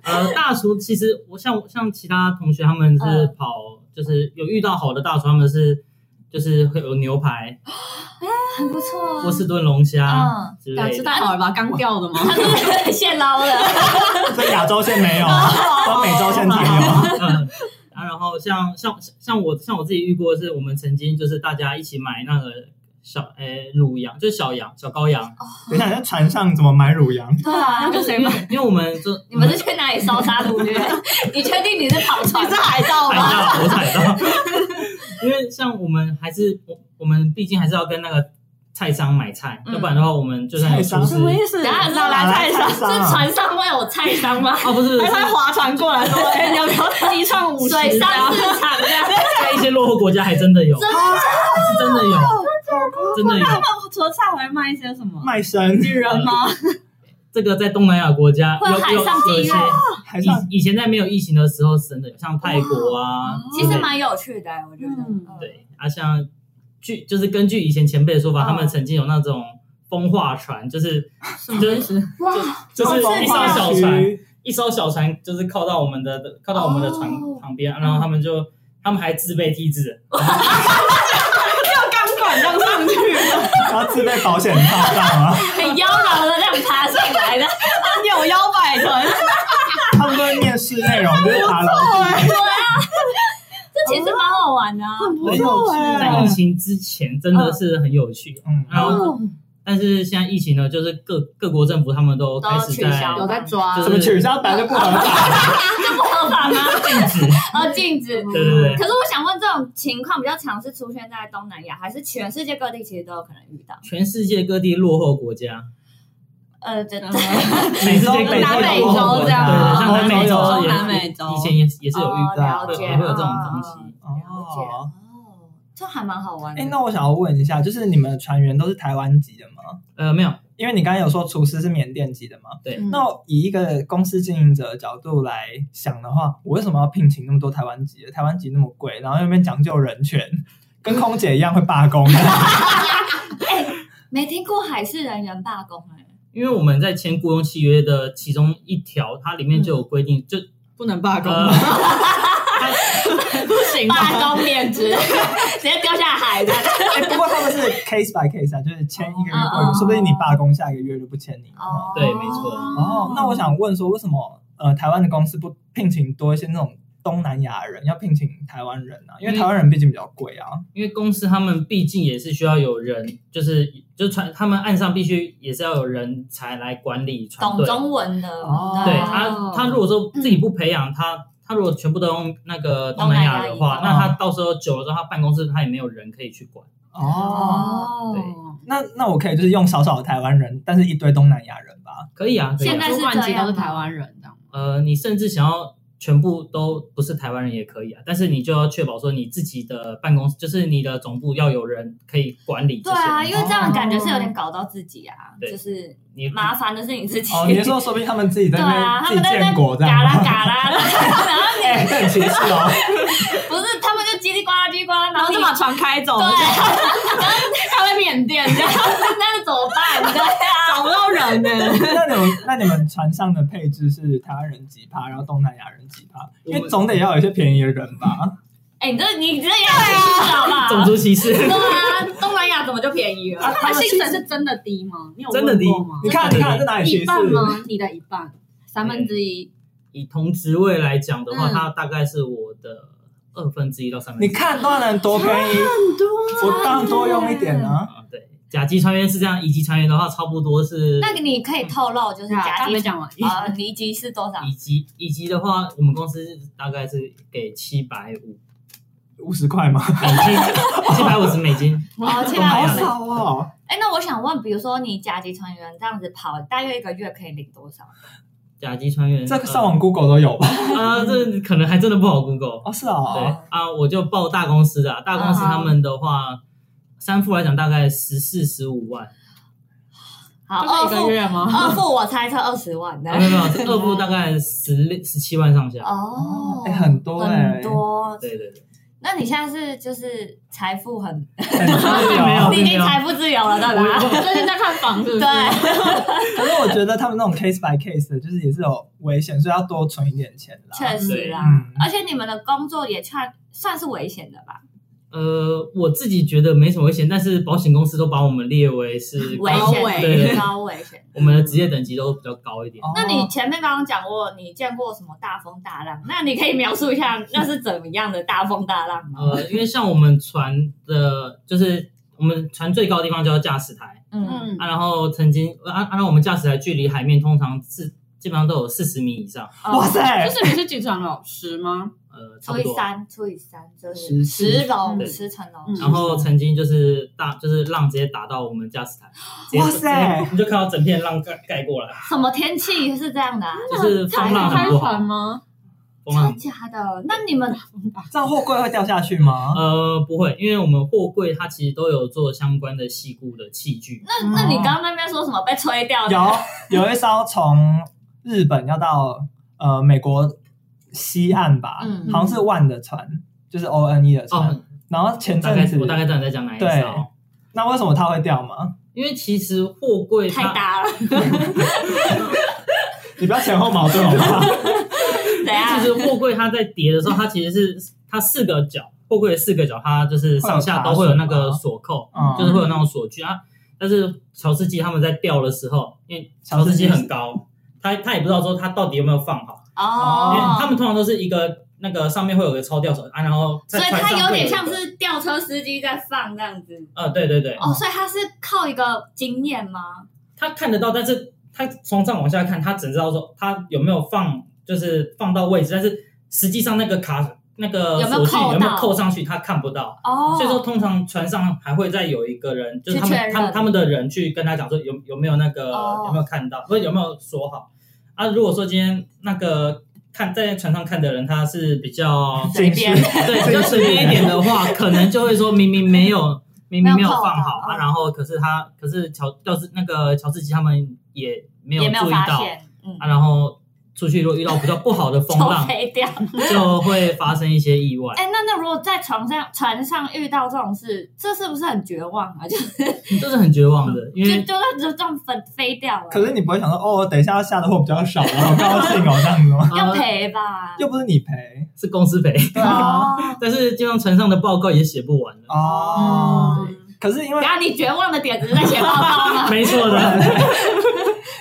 Speaker 4: 呃，大厨其实我像像其他同学他们是
Speaker 3: 嗯
Speaker 4: 跑，就是有遇到好的大厨，他们是就是会有牛排、
Speaker 3: 很嗯不错
Speaker 4: 波士顿龙虾
Speaker 3: 嗯
Speaker 4: 之
Speaker 6: 想
Speaker 4: 类
Speaker 6: 吃
Speaker 4: 的。
Speaker 6: 太好了吧？刚掉的吗？
Speaker 3: 啊， <laughs> 现捞了。
Speaker 5: 所以亚洲线没有，光
Speaker 3: 哦
Speaker 5: 美洲线才有。
Speaker 4: 嗯，啊，然后像像像我像我自己遇过的是，我们曾经就是大家一起买那个小诶乳羊，就是小羊小羔羊，
Speaker 5: 等一下，在船上怎么买乳羊？
Speaker 3: 对啊， <laughs>
Speaker 6: 那
Speaker 3: 哦那
Speaker 6: 就
Speaker 3: 就
Speaker 6: 谁
Speaker 4: 因
Speaker 6: 买？
Speaker 4: 为因为我们就
Speaker 3: 你们是去哪里烧杀掳掠？ <laughs> 你确定你是跑船？你是海盗
Speaker 4: 踩？
Speaker 6: <laughs>
Speaker 4: 到，我踩到。 <laughs> 因为像我们还是我我们毕竟还是要跟那个菜商买菜，
Speaker 3: 嗯
Speaker 4: 要不然的话我们就算有
Speaker 5: 菜商
Speaker 4: 厨师
Speaker 5: 什么
Speaker 6: 意思
Speaker 3: 等一下是
Speaker 5: 哪
Speaker 3: 来
Speaker 5: 来
Speaker 3: 菜商，
Speaker 5: 菜商啊
Speaker 3: 是船上会有菜商吗？
Speaker 4: 哦，不是不是，
Speaker 6: 他划船过来说：“哎，你要不要一串五十
Speaker 3: 水上
Speaker 6: 啊
Speaker 3: 市场这样，
Speaker 4: 在一些落后国家还真的有，
Speaker 3: 真
Speaker 4: 是真的有，
Speaker 3: 啊
Speaker 4: 真的有。
Speaker 6: 除了菜还会卖一些什么？
Speaker 5: 卖身
Speaker 6: 女人吗？
Speaker 4: 这个在东南亚国家
Speaker 3: 会
Speaker 4: 有
Speaker 3: 海
Speaker 4: 有
Speaker 3: 上妓
Speaker 4: 有一些
Speaker 3: 院
Speaker 5: 还算
Speaker 4: 以以前在没有疫情的时候，真的有像泰国啊，
Speaker 3: 其实蛮有趣的，我觉得。
Speaker 6: 嗯
Speaker 3: 嗯，
Speaker 4: 对啊，像据就是根据以前前辈的说法，
Speaker 3: 嗯
Speaker 4: 他们曾经有那种风化船，就是就是
Speaker 3: 哇，
Speaker 4: 就是
Speaker 5: 风
Speaker 4: 一艘
Speaker 5: 化
Speaker 4: 小船，
Speaker 5: 区，
Speaker 4: 一艘小船就是靠到我们的靠到我们的船
Speaker 3: 哦
Speaker 4: 旁边，然后他们就他们还自备梯子，
Speaker 6: 钢管这样上去，
Speaker 5: 然后自备保险套，知道吗？
Speaker 3: 很妖娆的这样爬上来
Speaker 4: <laughs>
Speaker 3: 的，
Speaker 6: 扭腰摆臀，
Speaker 5: 他们都会面试内容，就是爬楼梯。
Speaker 3: 这其实蛮
Speaker 4: 哦
Speaker 3: 好玩的啊。
Speaker 6: 很不
Speaker 5: 很有趣
Speaker 6: 错哎
Speaker 4: 在疫情之前真的是很有趣。
Speaker 5: 哦嗯，
Speaker 4: 然后但是现在疫情呢，就是各各国政府他们都开始
Speaker 8: 取
Speaker 4: 在
Speaker 8: 消
Speaker 6: 有在抓
Speaker 4: 就
Speaker 5: 什
Speaker 4: 是
Speaker 5: 么取消本来就不合法，
Speaker 3: 这不合法吗？
Speaker 4: <laughs>
Speaker 3: <laughs>
Speaker 4: 禁止，
Speaker 3: 呃，禁止。
Speaker 4: 对对对
Speaker 3: 可，是我想问，这种情况比较常是出现在东南亚，还是全世界各地其实都有可能遇到？
Speaker 4: 全世界各地落后国家，
Speaker 3: 呃，这
Speaker 6: 嗯
Speaker 4: 全世界各地
Speaker 5: 美洲
Speaker 3: 南美
Speaker 5: 有落后
Speaker 3: 洲
Speaker 5: 国
Speaker 3: 这
Speaker 5: 家
Speaker 3: 样啊
Speaker 4: 对，
Speaker 3: 吗
Speaker 4: 像南美
Speaker 6: 欧洲
Speaker 4: 洲也
Speaker 6: 南美洲
Speaker 4: 以前也也是有遇
Speaker 5: 到
Speaker 3: 哦了
Speaker 4: 对
Speaker 3: 解，嗯
Speaker 4: 会有这种东西。
Speaker 5: 哦。
Speaker 3: 哦，这还蛮好玩的。
Speaker 5: 哎，那我想要问一下，就是你们船员都是台湾籍的吗？
Speaker 4: 呃，没有，
Speaker 5: 因为你刚刚有说厨师是缅甸籍的嘛？
Speaker 4: 对
Speaker 5: 那我以一个公司经营者的角度来想的话，我为什么要聘请那么多台湾籍的？台湾籍那么贵，然后又那边讲究人权，跟空姐一样会罢工。哎
Speaker 3: 没听过海事人员罢工哎，
Speaker 4: 因为我们在签雇佣契约的其中一条，它里面就有规定，就
Speaker 6: <laughs>
Speaker 3: 嗯
Speaker 6: 不能罢工，
Speaker 4: 呃，
Speaker 6: <laughs> 不 <laughs> 行啊吧？
Speaker 3: <laughs> 罢工免职，直接丢下海的。
Speaker 5: 哎，不过他们是 case by case 啊，就是签一个月过一个，说不定你罢工下一个月就不签你。
Speaker 3: 哦，
Speaker 4: 对没错
Speaker 5: 哦，那我想问说，为什么呃台湾的公司不聘请多一些那种东南亚人，要聘请台湾人呢、啊？因为台湾人毕竟比较贵啊。
Speaker 4: 因为公司他们毕竟也是需要有人，就是就船，他们岸上必须也是要有人才来管理船
Speaker 3: 懂
Speaker 4: 队。
Speaker 3: 中文的
Speaker 5: 哦，
Speaker 4: 对
Speaker 3: 啊，
Speaker 4: 他，他如果说自己不培养他，他如果全部都用那个东南亚的话，
Speaker 5: 东南亚
Speaker 4: 那
Speaker 5: 语
Speaker 3: 哦
Speaker 4: 他到时候久了之后，他办公室他也没有人可以去管。
Speaker 3: 嗯
Speaker 5: 哦，
Speaker 6: 哦
Speaker 4: 对
Speaker 5: 那那我可以就是用少少的台湾人，但是一堆东南亚人吧。
Speaker 4: 可以啊，可以啊
Speaker 3: 现在是
Speaker 6: 主管
Speaker 3: 这
Speaker 6: 级
Speaker 3: 样
Speaker 6: 都
Speaker 3: 吗
Speaker 6: 是台湾人，这样啊吗
Speaker 4: 呃，你甚至想要全部都不是台湾人也可以啊，但是你就要确保说你自己的办公室，就是你的总部要有人可以管理这
Speaker 3: 对
Speaker 4: 些。
Speaker 3: 啊，因为这样感觉是有点搞到自己啊，
Speaker 4: 对
Speaker 3: 就是
Speaker 4: 你
Speaker 3: 麻烦的是你自己。 <laughs>
Speaker 5: 哦，你是说说不定他们自己在
Speaker 3: 对
Speaker 5: 那边、
Speaker 3: 啊，他
Speaker 5: 自己
Speaker 3: 们在那
Speaker 5: 建国
Speaker 3: 边
Speaker 5: 这
Speaker 3: 嘎
Speaker 5: 样
Speaker 3: 啦
Speaker 5: 吗？
Speaker 3: 嘎啦，然后
Speaker 5: 哎， <laughs> 这很歧视哦。 <laughs>
Speaker 3: 不是他们就叽里呱啦叽里呱啦，
Speaker 6: 然后
Speaker 3: 你
Speaker 6: 就把船开走
Speaker 3: 对，
Speaker 6: 了，
Speaker 3: 然后他在缅甸这样， <laughs> 那是怎么办？对啊，
Speaker 6: 找不到人呢。
Speaker 5: 那你们那你们船上的配置是台湾人几趴，然后东南亚人几趴？因
Speaker 4: 我
Speaker 5: 为
Speaker 4: 们
Speaker 5: 总得要有一些便宜的人吧？
Speaker 3: 哎，你这你这也很少吧？
Speaker 4: 种族歧视。
Speaker 3: <laughs> 对啊，东南亚怎么就便宜了？
Speaker 6: <laughs> 他们薪水是真的低吗？你有
Speaker 4: 真的低
Speaker 6: 问过吗
Speaker 5: 你看，你看这哪里歧
Speaker 6: 一
Speaker 5: 视？
Speaker 6: 半吗？你的一半，三分之一。
Speaker 4: 以同职位来讲的话，
Speaker 6: 嗯
Speaker 4: 它大概是我的二分之一到三分之
Speaker 5: 你
Speaker 4: 一。
Speaker 5: 看当然多便宜，
Speaker 3: 啊
Speaker 5: 我当然多用一点啊。
Speaker 4: 啊，对，甲级船员是这样，乙级船员的话，差不多是
Speaker 3: 那个你可以透露，就是假
Speaker 6: 还没
Speaker 3: 币
Speaker 6: 嗯讲完，
Speaker 3: 啊，离级是多少？
Speaker 4: 乙级乙级的话，我们公司大概是给七百
Speaker 5: <laughs>
Speaker 4: 五
Speaker 5: 五十块吗？
Speaker 4: 美金，七百五十美金。
Speaker 6: 啊 <laughs>
Speaker 3: 哦，七
Speaker 4: 东南
Speaker 3: 百
Speaker 4: 亚
Speaker 3: 五
Speaker 4: 人
Speaker 3: 十。
Speaker 5: 少哦。
Speaker 3: 哎，那我想问，比如说你甲级成员这样子跑，大约一个月可以领多少？
Speaker 4: 甲级船员
Speaker 5: 这个上网 Google 都有吧？ <laughs>
Speaker 4: 呃啊，这可能还真的不好 Google。
Speaker 5: 哦，是哦。
Speaker 4: 对啊，我就报大公司的啊，大公司他们的话，三副来讲大概十四十五万，
Speaker 3: 好，哦
Speaker 6: 就
Speaker 3: 二
Speaker 6: 是一个
Speaker 3: 副，
Speaker 6: 月吗？
Speaker 3: <laughs> 二副我猜测二十万的
Speaker 4: 啊。没有没有，二副大概十六十七万上下。
Speaker 3: 哦，
Speaker 5: 哎很多哎
Speaker 3: 很多。
Speaker 4: 对对对，
Speaker 3: 那你现在是就是财富很，
Speaker 5: 很自 <laughs> 由
Speaker 4: 没有
Speaker 3: 你已经财富自由了，对吧？
Speaker 6: 哦最近在看房是不 <laughs> 是？
Speaker 3: 对，
Speaker 5: 可是我觉得他们那种 case by case 的，就是也是有危险，所以要多存一点钱啦。
Speaker 3: 确实啦
Speaker 5: 嗯。
Speaker 3: 而且你们的工作也算算是危险的吧？
Speaker 4: 呃，我自己觉得没什么危险，但是保险公司都把我们列为是
Speaker 3: 危
Speaker 4: 高
Speaker 6: 高
Speaker 3: 险，
Speaker 6: 危
Speaker 4: 对对对
Speaker 3: <laughs> 高危险。
Speaker 4: 我们的职业等级都比较高一点。
Speaker 5: 哦
Speaker 3: 那你前面刚刚讲过，你见过什么大风大浪？那你可以描述一下那是怎么样的大风大浪吗？
Speaker 4: 呃，因为像我们船的，就是我们船最高的地方叫驾驶台
Speaker 3: 嗯，
Speaker 6: 嗯
Speaker 4: 啊，然后曾经啊按按照我们驾驶台距离海面通常是基本上都有四十米以上，
Speaker 5: 哇
Speaker 6: 哦就
Speaker 5: 塞，
Speaker 6: 是你是剧场老师吗？
Speaker 4: 呃，差
Speaker 3: 除
Speaker 4: 不
Speaker 3: 以
Speaker 4: 多。
Speaker 3: 三，除以三就是
Speaker 5: 十
Speaker 3: 十楼，
Speaker 4: 对
Speaker 3: 十层楼。
Speaker 6: 嗯
Speaker 4: 然后曾经就是大就是浪直接打到我们驾驶台，直接
Speaker 5: 哇塞
Speaker 4: 直接你就看到整片浪盖盖过来，
Speaker 3: 什么天气是这样的啊？
Speaker 4: 就是风浪
Speaker 6: 开
Speaker 4: 很不好
Speaker 6: 船，吗？
Speaker 4: 风啊浪很
Speaker 3: 真假的？那你们
Speaker 5: 哦这样货柜会掉下去吗？
Speaker 4: <laughs> 呃，不会，因为我们货柜它其实都有做相关的细固的器具。
Speaker 3: 那
Speaker 6: 嗯
Speaker 3: 那你刚刚那边说什么被吹掉的？
Speaker 5: 有有一艘从日本要到呃美国西岸吧，
Speaker 3: 嗯
Speaker 5: 好像是万的船，就是 O N E 的船。
Speaker 4: 哦，
Speaker 5: 然后前
Speaker 4: 大概
Speaker 5: 阵子
Speaker 4: 我，大概知道你在讲哪一
Speaker 5: 对
Speaker 4: 艘，
Speaker 5: 那为什么它会掉吗？
Speaker 4: 因为其实货柜它
Speaker 3: 太大
Speaker 4: <laughs>
Speaker 3: 了，
Speaker 5: 你不要前后矛盾好不好？
Speaker 3: 怎样
Speaker 4: 其？实货柜它在叠的时候，它其实是它四个角，货柜的四个角，它就是上下都会有那个锁扣，
Speaker 5: <laughs> 嗯
Speaker 4: 就是会有那种锁具啊。但是乔司机他们在吊的时候，因为乔司机很高，他他也不知道说他到底有没有放好，因为
Speaker 3: 哦
Speaker 4: 他，们通常都是一个那个上面会有个超吊手啊，然后
Speaker 3: 所
Speaker 4: 在
Speaker 3: 以
Speaker 4: 船
Speaker 3: 它
Speaker 4: 上
Speaker 3: 有
Speaker 4: 会
Speaker 3: 点
Speaker 4: 一
Speaker 3: 像
Speaker 4: 个
Speaker 3: 是吊车司机在放这样子。
Speaker 4: 呃，对对对，
Speaker 3: 哦，所以它是靠一个经验吗？
Speaker 4: 他看得到，但是他从上往下看，他只知道说他有没有放，就是放到位置，但是实际上那个卡那个
Speaker 3: 有没有
Speaker 4: 锁具
Speaker 3: 扣
Speaker 4: 有没有
Speaker 3: 到
Speaker 4: 扣上去，他看不到。
Speaker 3: 哦，
Speaker 4: 所以说，通常船上还会再有一个人，就是
Speaker 3: 去
Speaker 4: 他们
Speaker 3: 确认
Speaker 4: 他们他们的人去跟他讲说有有没有那个、
Speaker 3: 哦
Speaker 4: 有没有看到，或者有没有说好啊？如果说今天那个看在船上看的人他是比
Speaker 3: <laughs>
Speaker 4: 较
Speaker 5: 近视
Speaker 3: 随便
Speaker 4: 对比较随便一点的话，可能就会说明明没有明明没有放好
Speaker 3: 没有扣到嗯
Speaker 4: 啊，然后可是他可是乔要是那个乔治基他们也没有
Speaker 3: 也没有
Speaker 4: 注意
Speaker 3: 发
Speaker 4: 到
Speaker 3: 现，嗯，
Speaker 4: 啊，然后出去如果遇到比较不好的风
Speaker 3: 就 <laughs>
Speaker 4: 浪，嗯
Speaker 3: 飞掉。
Speaker 4: 就会发生一些意外。
Speaker 3: 哎、那那如果在船上船上遇到这种事，这是不是很绝望啊？就 <laughs>
Speaker 4: 这是很绝望的，因
Speaker 3: 就
Speaker 4: 为
Speaker 3: 就就这样飞飞掉了，
Speaker 5: 可是你不会想说哦，等一下下的货比较少，然后高兴哦这样子吗？ <laughs>
Speaker 3: 要
Speaker 4: 呃
Speaker 3: 赔吧？
Speaker 5: 又不是你赔
Speaker 4: 是公司赔，
Speaker 5: 对啊
Speaker 3: 哦
Speaker 4: 但是基本上船上的报告也写不完了。
Speaker 5: 哦。可是因为
Speaker 3: 然后你绝望的点只是在写报告
Speaker 4: <laughs>
Speaker 3: 吗？
Speaker 4: 没
Speaker 5: <laughs>
Speaker 4: 错的，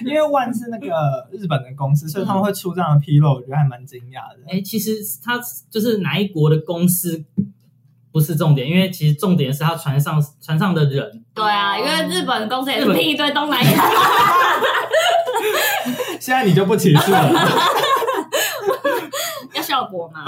Speaker 5: 因为万是那个日本的公司，所以他们会出这样的纰漏，我觉得还蛮惊讶的。
Speaker 4: 哎，其实他就是哪一国的公司不是重点，因为其实重点是他船上船上的人，
Speaker 3: 对啊，因为日本公司也是聘一堆东南亚，
Speaker 5: 现在你就不歧视了，
Speaker 3: 要效果嘛。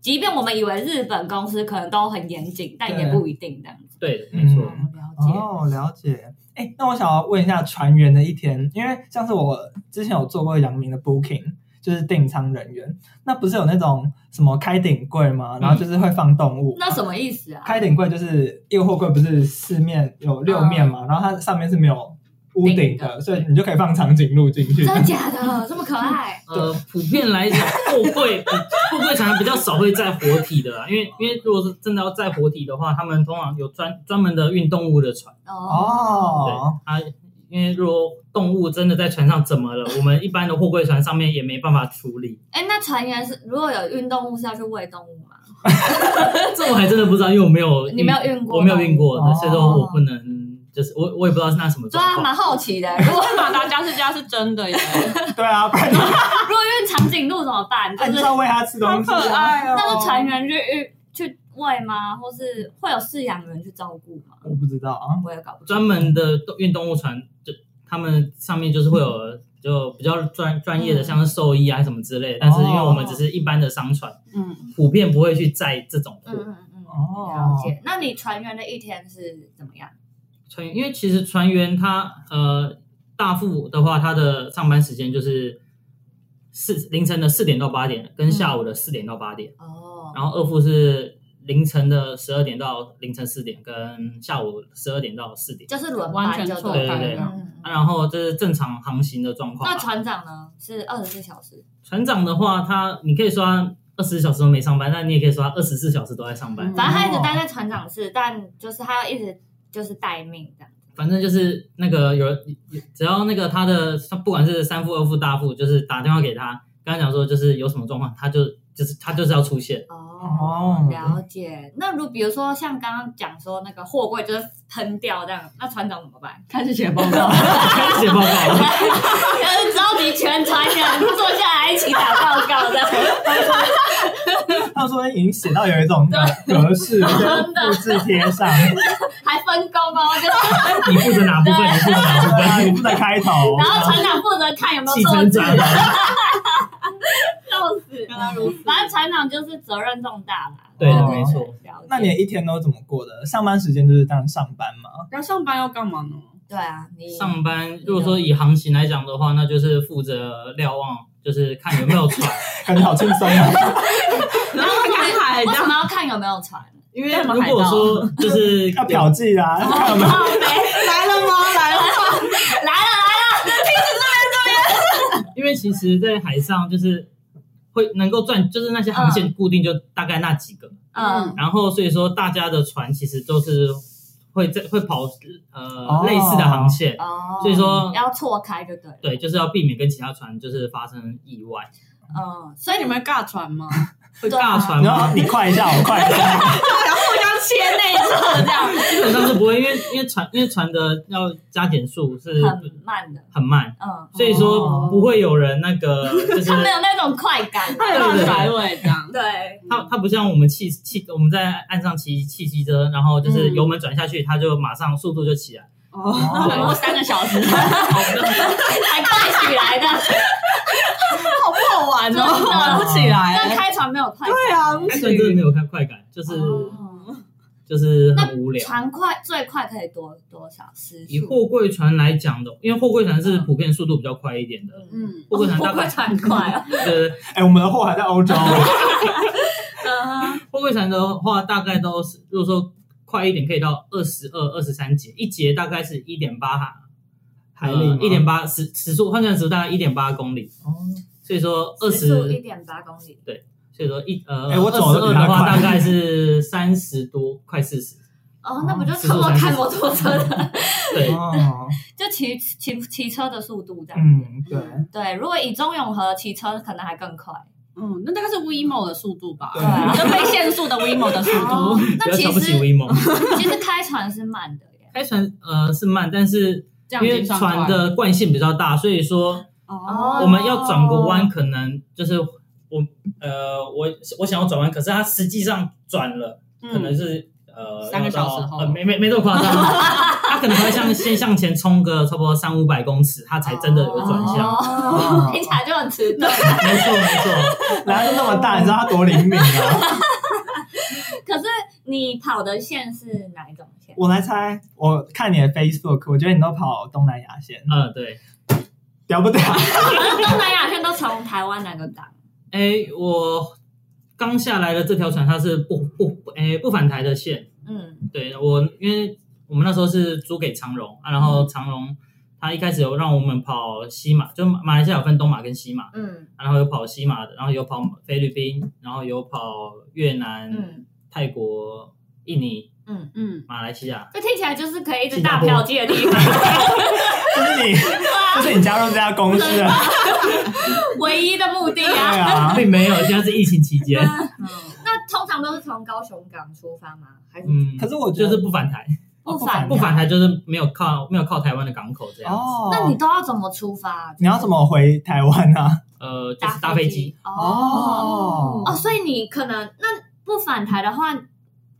Speaker 3: 即便我们以为日本公司可能都很严谨，但也不一定这样子。
Speaker 4: 对，
Speaker 5: 嗯
Speaker 4: 没错。
Speaker 3: 嗯了解。
Speaker 5: 哦，了解。哎，那我想要问一下船员的一天，因为像是我之前有做过阳明的 booking，就是订舱人员，那不是有那种什么开顶柜吗？然后就是会放动物。
Speaker 3: 那什么意思啊？
Speaker 5: 开顶柜就是一个货柜，不是四面有六面嘛，然后它上面是没有屋顶
Speaker 3: 嗯顶
Speaker 5: 的，所以你就可以放长颈鹿进去
Speaker 3: 真。的假的？这么可爱？
Speaker 4: 呃，普遍来讲，货柜货柜船比较少会载活体的啦，因为因为如果是真的要载活体的话，他们通常有专专门的运动物的船。
Speaker 3: 哦
Speaker 4: 对
Speaker 5: 哦，
Speaker 4: 啊，因为如果动物真的在船上怎么了，我们一般的货柜船上面也没办法处理。
Speaker 3: 哎，那船员是如果有运动物是要去喂动物吗？
Speaker 4: 这我还真的不知道，因为我没有
Speaker 3: <laughs> 你没有运过
Speaker 4: 我没有运过
Speaker 5: 哦
Speaker 4: 的，所以说我不能，就是我我也不知道是那什么
Speaker 3: 对
Speaker 4: 状
Speaker 3: 啊，
Speaker 4: 况。
Speaker 3: 蛮好奇
Speaker 5: <laughs>
Speaker 3: 的。如果
Speaker 6: 马达加斯加是真的耶，
Speaker 5: 对啊，不然你
Speaker 3: 如果运长颈鹿怎么办？就
Speaker 5: 那你
Speaker 3: 是
Speaker 5: 就要喂它吃东西啊。
Speaker 6: 好可爱哦
Speaker 3: 那是船员去运去喂吗？或是会有饲养员去照顾吗？
Speaker 5: 我不知道啊。
Speaker 3: 我也搞不清楚
Speaker 4: 专门的动运动物船，就他们上面就是会有就比较专专业的，
Speaker 6: 嗯
Speaker 4: 像是兽医啊什么之类的。但是因为我们只是一般的商船，
Speaker 6: 嗯，
Speaker 4: 普遍不会去载这种
Speaker 3: 嗯
Speaker 4: 货。
Speaker 3: 嗯嗯，了
Speaker 5: 哦，
Speaker 3: 解。那你船员的一天是怎么样？
Speaker 4: 船员，因为其实船员他呃大副的话，他的上班时间就是四凌晨的四点到八点，跟下午的四点到八点。
Speaker 3: 哦，
Speaker 4: 然后二副是凌晨的十二点到凌晨四点，跟下午十二点到四点。
Speaker 3: 就是轮
Speaker 6: 完
Speaker 3: 班
Speaker 6: 全
Speaker 3: 就
Speaker 6: 错
Speaker 3: 对
Speaker 4: 开
Speaker 3: 了
Speaker 4: 对
Speaker 6: 了。
Speaker 3: 嗯嗯
Speaker 4: 啊、然后这是正常航行的状况啊。
Speaker 3: 那船长呢？是二十四小时。
Speaker 4: 船长的话，他你可以说他二十小时都没上班，但你也可以说他二十四小时都在上班。
Speaker 6: 嗯
Speaker 3: 反正他一直待在船长室，但就是他要一直就是待命这样。
Speaker 4: 反正就是那个有人，只要那个他的，他不管是三副、二副、大副，就是打电话给他，跟他讲说就是有什么状况，他就就是他就是要
Speaker 3: <laughs>
Speaker 4: 出现。
Speaker 3: 哦
Speaker 5: 哦
Speaker 3: 了解。那如比如说像刚刚讲说那个货柜就是喷掉这样，那船长怎么 <laughs> 办？
Speaker 6: 开始写报 <laughs> 告，
Speaker 4: 写报告了，
Speaker 3: 就是召集全船人坐下来一起打报告 <laughs> 的。
Speaker 5: 他说已经写到有一种格式，复制贴上，
Speaker 3: 还分工哦，就是
Speaker 4: 你负责哪部分？你负责哪部
Speaker 5: 对啊，
Speaker 4: 分？
Speaker 5: 你不能开头。
Speaker 3: 然后船长负责看有没有
Speaker 4: 继
Speaker 3: 做
Speaker 4: 承
Speaker 3: 字，
Speaker 4: 长，
Speaker 3: 笑死。反正船长就是责任重大啦。
Speaker 4: 对
Speaker 5: 哦
Speaker 4: 没错。
Speaker 3: 了解
Speaker 5: 那你的一天都怎么过的？上班时间就是当然上班嘛。
Speaker 6: 然后上班要干嘛呢？
Speaker 3: 对啊，你
Speaker 4: 上班如果说以航行来讲的话，那就是负责瞭望，就是看有没有船。
Speaker 5: 感觉好轻松
Speaker 3: <laughs>
Speaker 5: 啊！
Speaker 6: 然后看海这
Speaker 3: 为什
Speaker 6: 样，
Speaker 3: 么要看有没有船？
Speaker 4: 因为
Speaker 6: 为
Speaker 4: 如果说就是
Speaker 5: 要啊嫖妓啦，看有没有
Speaker 3: 靠北
Speaker 6: 来了吗？来了吗，
Speaker 3: 来了，
Speaker 4: 因为其实，在海上就是会能够赚，就是那些航线固定就大概那几个，
Speaker 3: 嗯，
Speaker 4: 然后所以说大家的船其实都是会在会跑呃、
Speaker 5: 哦
Speaker 4: 类似的航线，
Speaker 3: 哦，
Speaker 4: 所以说
Speaker 3: 要错开就对了。
Speaker 4: 对，就是要避免跟其他船就是发生意外。
Speaker 3: 嗯，
Speaker 6: 所以你们尬船吗？
Speaker 4: 会
Speaker 3: 啊
Speaker 4: 尬船
Speaker 5: 然
Speaker 3: <laughs>
Speaker 5: 后
Speaker 4: 吗？
Speaker 5: 你快一下，我快一下，
Speaker 4: <laughs>
Speaker 6: 然后互相切内侧这样。
Speaker 4: 基本上是不会，因为因为船因为船的要加减速是
Speaker 3: 很慢的，
Speaker 4: 很慢，
Speaker 3: 嗯，
Speaker 4: 所以
Speaker 5: 哦
Speaker 4: 说不会有人那个就是
Speaker 3: 他没有那种快感，
Speaker 6: 太
Speaker 4: 对对
Speaker 6: 乱
Speaker 4: 对
Speaker 6: 甩尾这样。
Speaker 3: 对，
Speaker 4: 它它不像我们汽汽我们在岸上骑汽机车，然后就是
Speaker 6: 嗯
Speaker 4: 油门转下去，它就马上速度就起来。
Speaker 6: <laughs> 哦，
Speaker 3: 然后三个小时才快起来的，
Speaker 6: 好不好玩哦？玩不起
Speaker 3: 但
Speaker 6: 来。
Speaker 3: 开船没有快感，
Speaker 6: 对啊，不
Speaker 4: 开船真的
Speaker 6: 行。
Speaker 4: 没有看快感，就是
Speaker 3: 哦
Speaker 4: 就是
Speaker 3: 那
Speaker 4: 很无聊。
Speaker 3: 船快最快可以多多少时
Speaker 4: 以
Speaker 3: 速？
Speaker 4: 货柜船来讲的，因为货柜船是普遍速度比较快一点的，
Speaker 3: 嗯，
Speaker 6: 嗯，
Speaker 4: 货柜船大
Speaker 3: 不
Speaker 4: 概
Speaker 3: 会船 <laughs> 快啊，
Speaker 4: 呃
Speaker 5: 哎，我们的货还在欧洲，
Speaker 3: 嗯
Speaker 4: 货柜船的话大概都是，如果说快一点可以到二十二、二十三节，一节大概是一点八海
Speaker 5: 海里吗
Speaker 4: 一点八时时速换算时速大概一点八公里，所以说二
Speaker 3: 时速一
Speaker 4: 十，
Speaker 3: 点八公里，
Speaker 4: 所以说一呃，
Speaker 5: 哎我
Speaker 4: 二
Speaker 5: 走得
Speaker 4: 十
Speaker 5: 比
Speaker 4: 二
Speaker 5: 他
Speaker 4: 的话
Speaker 5: 快
Speaker 4: 大概是三十多，快四十，
Speaker 3: 哦，那不就差不多开摩托车的， <laughs>
Speaker 4: 对，
Speaker 5: 哦，
Speaker 3: 就骑骑骑车的速度这样。
Speaker 5: 嗯，对，
Speaker 3: 对，如果以中永和骑车，可能还更快。
Speaker 6: 嗯，那大概是 WeMo 的速度吧？
Speaker 5: 对
Speaker 3: 啊
Speaker 6: 就非限速的 WeMo 的速
Speaker 3: <laughs> 哦
Speaker 6: 度，，
Speaker 4: 不
Speaker 3: 那
Speaker 4: 要
Speaker 3: 其
Speaker 4: 瞧不起
Speaker 3: 实
Speaker 4: 威猛。
Speaker 3: 其实开船是慢的耶。
Speaker 4: 开船呃是慢，但是
Speaker 6: 这样
Speaker 4: 因
Speaker 6: 已
Speaker 4: 为
Speaker 6: 经算快
Speaker 4: 船的惯性比较大，所以说
Speaker 6: 哦，
Speaker 4: 我们要转个弯，可能就是我呃我我想要转弯，可是它实际上转了，可能是、呃
Speaker 6: 嗯三个小时
Speaker 4: 要到
Speaker 6: 后
Speaker 4: 呃没没没这么
Speaker 6: <laughs>
Speaker 4: 夸张，它可能会像先向前冲个差不多三五百公尺，它才真的有转向。
Speaker 3: 哦，听起来就很迟 <laughs> 钝。
Speaker 4: 没错没错，
Speaker 5: 然后就那么大，你知道它多灵敏
Speaker 4: <laughs>
Speaker 5: 啊！
Speaker 3: 可是你跑的线是哪一种线？
Speaker 5: 我来猜，我看你的 Facebook，我觉得你都跑东南亚线，
Speaker 4: 呃对，
Speaker 5: 屌不屌？
Speaker 3: 东南亚线都从台湾哪个港？
Speaker 4: 哎我。刚下来的这条船，它是不不不哎不返台的线，
Speaker 3: 嗯，
Speaker 4: 对我，因为我们那时候是租给长荣啊，然后长荣他一开始有让我们跑西马，就马马来西亚有分东马跟西马，
Speaker 3: 嗯
Speaker 4: 然后有跑西马的，然后有跑菲律宾，然后有跑越南、
Speaker 3: 嗯
Speaker 4: 泰国、印尼、
Speaker 3: 嗯，
Speaker 6: 嗯，
Speaker 4: 马来西
Speaker 3: <laughs>
Speaker 4: 亚。
Speaker 3: 这听起来就是可以一直大嫖妓的地 <laughs> 方，
Speaker 5: 就是
Speaker 4: <laughs>
Speaker 5: 你，就是你加入这家公司的，
Speaker 4: 啊
Speaker 3: 唯一的目的
Speaker 5: 对
Speaker 3: 啊。
Speaker 5: 啊，
Speaker 4: 并没有，现在是疫情期间，
Speaker 3: 那通常都是从高雄港出发吗？还是
Speaker 4: 嗯，
Speaker 5: 可是我觉得
Speaker 4: 就是不返台，
Speaker 3: 哦不返
Speaker 4: 不返台就是没有靠没有靠台湾的港口这样，
Speaker 5: 哦，
Speaker 3: 那你都要怎么出发？
Speaker 5: 你要怎么回台湾啊？
Speaker 4: 呃，就是搭飞机。
Speaker 3: 哦哦，所以你可能那不返台的话，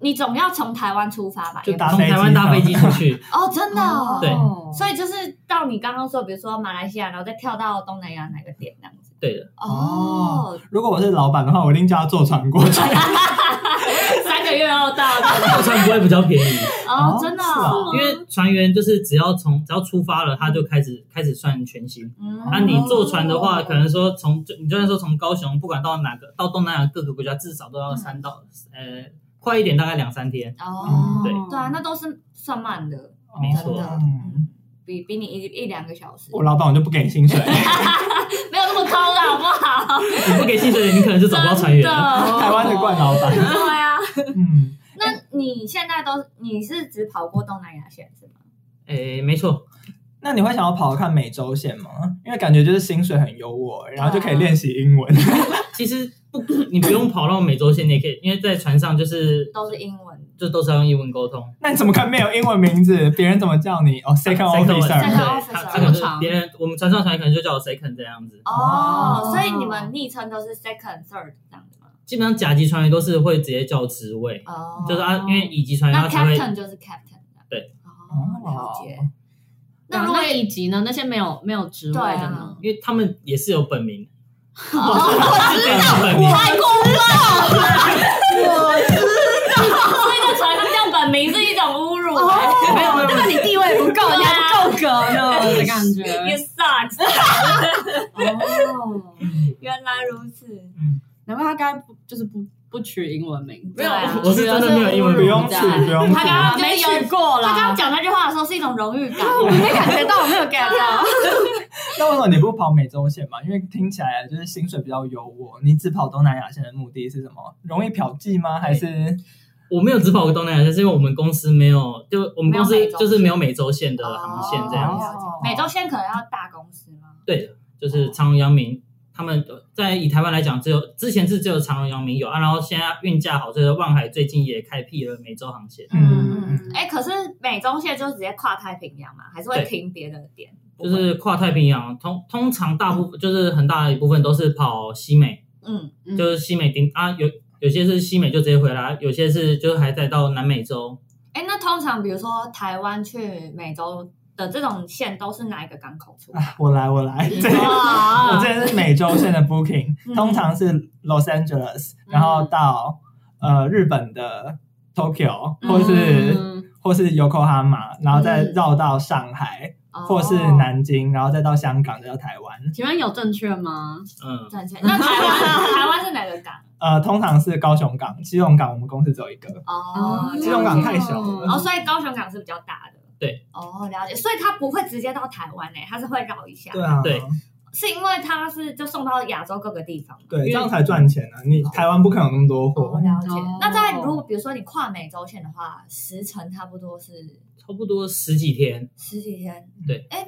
Speaker 3: 你总要从台湾出发吧？
Speaker 4: 就
Speaker 3: 也
Speaker 4: 从
Speaker 5: 搭
Speaker 4: 台湾搭飞机出去，
Speaker 3: 哦，真的、哦，
Speaker 4: 对
Speaker 3: 所以就是到你刚刚说，比如说马来西亚，然后再跳到东南亚哪个点这样子。
Speaker 4: 对的，
Speaker 3: 哦，
Speaker 5: 如果我是老板的话，我一定叫他坐船过去。
Speaker 3: <laughs> 三个月要到的
Speaker 4: 坐船不会比较
Speaker 3: <laughs>
Speaker 4: 便宜。
Speaker 3: 哦
Speaker 5: 哦，
Speaker 3: 真的、
Speaker 5: 是
Speaker 3: 哦
Speaker 5: 啊，
Speaker 4: 因为船员就是只要从只要出发了，他就开始开始算全薪。
Speaker 3: 嗯
Speaker 4: 那、啊你坐船的话，可能说从就你就算说从高雄，不管到哪个到东南亚各个国家，至少都要三到、呃快一点，大概两三天。
Speaker 3: 哦，
Speaker 4: 对
Speaker 3: 对啊，那都是算慢的，
Speaker 4: 没
Speaker 3: 真
Speaker 4: 错
Speaker 3: 的，
Speaker 5: 嗯
Speaker 3: 比比你一一两个小时
Speaker 5: 我老板我就不给你薪水，
Speaker 3: 没有那么抠了，好不好？
Speaker 4: 你不给薪水，你可能就找不到船员啊
Speaker 3: 真
Speaker 4: 了。
Speaker 3: 的
Speaker 5: 台湾的惯老板。
Speaker 4: <laughs>
Speaker 3: 对啊，
Speaker 5: 嗯，
Speaker 3: 那你现在都你是只跑过东南亚线是吗？
Speaker 4: 诶，哎没错，
Speaker 5: 那你会想要跑看美洲线吗？因为感觉就是薪水很优渥，然后就可以练习英文。
Speaker 4: 其实不，你不用跑到美洲线，你也可以，因为在船上就是
Speaker 3: 都是英文，
Speaker 4: 就都是要用英文沟通。
Speaker 5: <laughs> 那你怎么可能没有英文名字？别人怎么叫你？哦，second
Speaker 3: Second
Speaker 5: officer。
Speaker 4: 对，他他可能就是别人，我们船上船员可能就叫我 second 这样子。
Speaker 3: 哦，
Speaker 6: 哦
Speaker 3: 所以你们昵称都是 second、third 这样子吗？
Speaker 4: 基本上甲级船员都是会直接叫职位，
Speaker 3: 哦，
Speaker 4: 就是啊，因为乙级船员
Speaker 3: 那
Speaker 4: 他才会
Speaker 3: captain 就是 captain 的，
Speaker 4: 对，
Speaker 3: 哦，了解。
Speaker 6: 啊那
Speaker 3: 那
Speaker 6: 如
Speaker 3: 如
Speaker 6: 果
Speaker 3: 果
Speaker 6: 以及呢？那些没有没有职位的呢？
Speaker 4: 因为他们也是有本名，
Speaker 3: <laughs> 哦
Speaker 4: <laughs> 他们有本名，
Speaker 3: 太过分了，
Speaker 6: 哦
Speaker 3: 我知道，所以在船上叫本名是一种侮辱，啊 <laughs>
Speaker 6: 没有没有，那你地位不够，你还不够格呢的感觉。
Speaker 3: 也 sucks。
Speaker 6: 哦，
Speaker 3: 原来如此，
Speaker 6: 难怪他刚才不就是不不取英文名，
Speaker 3: 没有
Speaker 6: 对啊
Speaker 4: 我是真的没有英文
Speaker 5: 不
Speaker 4: 名
Speaker 5: 用取，不用取
Speaker 3: 他。刚刚
Speaker 6: 没
Speaker 3: 就是有
Speaker 6: 取过
Speaker 3: 他刚
Speaker 6: 啦哦
Speaker 3: 刚。讲那句话的时候是一种荣誉感，
Speaker 6: 我没感觉到，我没有 get 到。
Speaker 5: 那为什么你不跑美洲线嘛？因为听起来就是薪水比较优渥。你只跑东南亚线的目的是什么？容易嫖妓吗？还是
Speaker 4: 我没有只跑过东南亚线，是因为我们公司没有，就我们公
Speaker 3: 没有
Speaker 4: 司
Speaker 3: 美洲
Speaker 4: 就是没有美洲线的航线这样子。
Speaker 3: 哦了解美洲线可能要大公司吗？
Speaker 4: 对，就是长荣、阳明，他们在以台湾来讲，只有之前是只有长荣、阳明有啊，然后现在运价好，所以万海最近也开辟了美洲航线，
Speaker 5: 嗯，
Speaker 3: 哎、可是美中线就直接跨太平洋嘛，还是会
Speaker 4: 对
Speaker 3: 停别的点？
Speaker 4: 就是跨太平洋，通通常大部分就是很大一部分都是跑西美，
Speaker 3: 嗯，
Speaker 6: 嗯
Speaker 4: 就是西美顶啊，有有些是西美就直接回来，有些是就是还在到南美洲，
Speaker 3: 哎、那通常比如说台湾去美洲的这种线都是哪一个港口出
Speaker 4: <laughs>
Speaker 3: 发？
Speaker 5: 啊我来我来，这
Speaker 3: 哦
Speaker 5: 我
Speaker 3: 哇
Speaker 5: 这是美洲线的 booking，通 <laughs> 常是 Los Angeles，然后到呃日本的 Tokyo，或是
Speaker 6: 嗯
Speaker 5: 或是 Yokohama，然后再绕到上海，或是
Speaker 3: 嗯哦
Speaker 5: 南京，然后再到香港，再到台湾。
Speaker 6: 请问有正确吗？
Speaker 4: 嗯，
Speaker 3: 赚钱。那台湾呢？台湾是哪个港？
Speaker 5: 呃，通常是高雄港、基隆港，我们公司只有一个。
Speaker 3: 哦，
Speaker 5: 基隆港
Speaker 3: 了
Speaker 5: 太
Speaker 3: 解
Speaker 5: 小了
Speaker 3: 哦，所以高雄港是比较大的。
Speaker 4: 对。
Speaker 3: 哦，了解。所以它不会直接到台湾诶、它是会绕一下。
Speaker 5: 对啊，
Speaker 4: 对
Speaker 3: 是因为它是就送到亚洲各个地方嘛。
Speaker 5: 对，这样才赚钱啊！你台湾不可能有那么多
Speaker 3: 哦，
Speaker 5: 货，
Speaker 3: 了解
Speaker 6: 哦。
Speaker 3: 那在如果比如说你跨美洲线的话，时程差不多是
Speaker 4: 差不多十几天，
Speaker 3: 十几天。
Speaker 4: 对。
Speaker 3: 哎，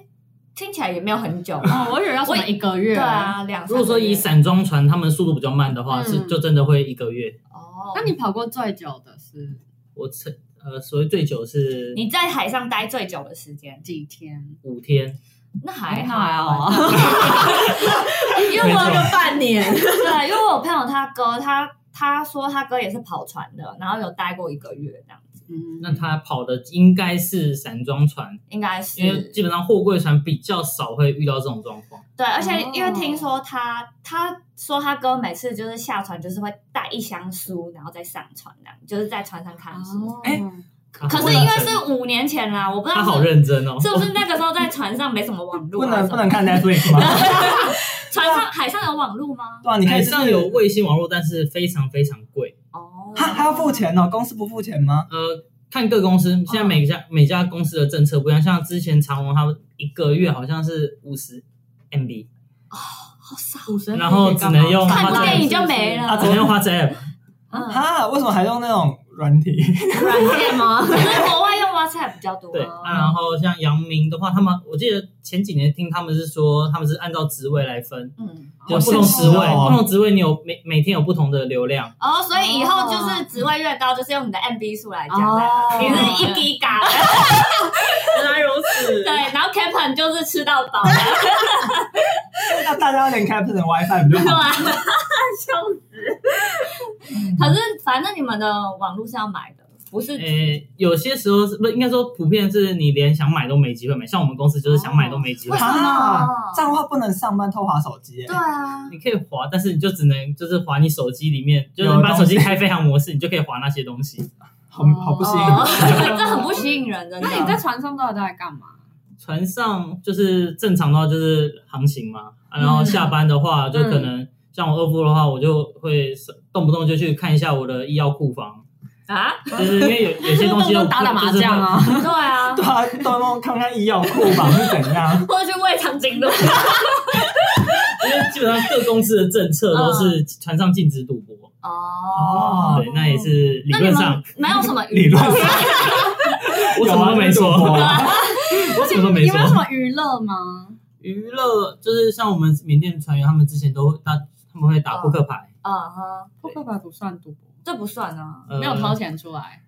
Speaker 3: 听起来也没有很久。
Speaker 6: 哦，我以为要什么一个月。
Speaker 3: 对，啊，两。
Speaker 4: 如果说以
Speaker 3: 三
Speaker 4: 散装船他们速度比较慢的话，
Speaker 6: 嗯
Speaker 4: 是就真的会一个月。
Speaker 3: 个月哦，
Speaker 6: 那你跑过最久的是
Speaker 4: 我曾呃，所谓最久是
Speaker 3: 你在海上待最久的时间，
Speaker 6: 几天？
Speaker 4: 五天，
Speaker 3: 那还
Speaker 6: 还好
Speaker 3: 好
Speaker 6: 啊。
Speaker 3: <laughs> 因为我有
Speaker 6: 半年。
Speaker 3: 对，因为我有朋友他哥，他他说他哥也是跑船的，然后有待过一个月这样，
Speaker 6: 嗯，
Speaker 4: 那他跑的应该是散装船，
Speaker 3: 应该是
Speaker 4: 因为基本上货柜船比较少会遇到这种状况。
Speaker 3: 对，而且因为听说他他说他哥每次就是下船就是会带一箱书，然后再上船这样，就是在船上看书。
Speaker 6: 哎，
Speaker 3: 可是因为是五年前啦，我不知
Speaker 4: 他
Speaker 3: 道
Speaker 4: 好
Speaker 3: 是
Speaker 4: 认真哦，
Speaker 3: 是不
Speaker 4: <laughs>
Speaker 3: 是那个时候在船上没什么网
Speaker 5: 不
Speaker 3: 络啊什
Speaker 5: 能
Speaker 3: 么，
Speaker 5: 不能看 Netflix 吗？
Speaker 4: <laughs>
Speaker 3: 船上海上有网络吗？
Speaker 5: 对啊，你可
Speaker 4: 海
Speaker 5: 以就
Speaker 4: 上
Speaker 5: 是
Speaker 4: 有卫星网络，但是非常非常贵。
Speaker 3: 哦，
Speaker 5: 他他要付钱哦，公司不付钱吗？
Speaker 4: 呃，看各公司，现在每家、每家公司的政策不一样，像之前长荣他们一个月好像是五十 MB，
Speaker 3: 好少，
Speaker 6: 五十，
Speaker 4: 然后只能用
Speaker 3: 看电影就没了
Speaker 4: 啊，只能用花泽 app。
Speaker 3: 嗯，
Speaker 5: 哈，为什么还用那种软体？ <laughs>
Speaker 6: 软件吗？
Speaker 3: 可是国外用 WhatsApp 比较多。
Speaker 4: 对，啊、然后像阳明的话，他们我记得前几年听他们是说，他们是按照职位来分，
Speaker 3: 嗯，
Speaker 5: 好
Speaker 4: 就不
Speaker 5: 现
Speaker 4: 同
Speaker 5: 实
Speaker 4: 职位，
Speaker 5: 哦
Speaker 4: 不同职位你有每每天有不同的流量，
Speaker 3: 哦，所以以后就是职位越高，就是用你的 MB 数来讲的。
Speaker 6: 哦
Speaker 3: 你是一滴嘎的，
Speaker 4: 原来如此
Speaker 3: 对，
Speaker 4: <laughs>
Speaker 3: 然后 Captain 就是吃到饱的，
Speaker 5: 那大家要连 Captain 的 WiFi
Speaker 3: <laughs>
Speaker 5: 不就
Speaker 3: 对
Speaker 5: 好？
Speaker 3: 吧？笑死！可是反正你们的网络是要买的，不是
Speaker 4: 诶，呃有些时候是不应该说普遍是你连想买都没机会买，像我们公司就是想买都没机会。
Speaker 3: 什么
Speaker 5: 哈，这样的话不能上班偷滑手机耶。
Speaker 3: 哦对啊，
Speaker 4: 你可以滑，但是你就只能就是滑你手机里面，就是
Speaker 5: 有
Speaker 4: 你把
Speaker 5: 东
Speaker 4: 手机
Speaker 5: 西
Speaker 4: 开飞行模式，你就可以滑那些东西。
Speaker 5: 好好不吸引
Speaker 3: 哦
Speaker 5: 人。
Speaker 3: <laughs> 这很不吸引人，真的。
Speaker 6: 那你在船上到底在干嘛？
Speaker 4: 船上就是正常的话就是航行嘛，啊、然后下班的话就可能、像我二副的话，我就会动不动就去看一下我的医药库房，
Speaker 3: 啊？
Speaker 4: 就是因为有有些东西
Speaker 6: 就
Speaker 4: 我
Speaker 6: 打打麻
Speaker 4: 就是会
Speaker 6: 将啊，
Speaker 5: <laughs>
Speaker 3: 对啊
Speaker 5: 对，啊，多梦看看医药库吧是怎样？
Speaker 3: 或者去喂长颈鹿。
Speaker 4: 因为基本上各公司的政策都是船上禁止赌博，
Speaker 3: 哦
Speaker 4: 对，那也。是理
Speaker 3: 那你
Speaker 4: 论上
Speaker 3: 们 <laughs> 没有什么娱
Speaker 5: 理
Speaker 3: 乐
Speaker 5: 论上
Speaker 4: <laughs> 我什么都没说，
Speaker 5: 有啊
Speaker 4: 我什么都没
Speaker 6: 有没有
Speaker 4: 说。
Speaker 6: 什么娱乐吗？
Speaker 4: 娱乐就是像我们缅甸船员，他们之前都会他他们会打扑克牌，
Speaker 3: 啊哈，
Speaker 6: 扑克牌不算赌博，
Speaker 3: 这不算啊。
Speaker 4: 呃
Speaker 6: 没有掏，钱出来。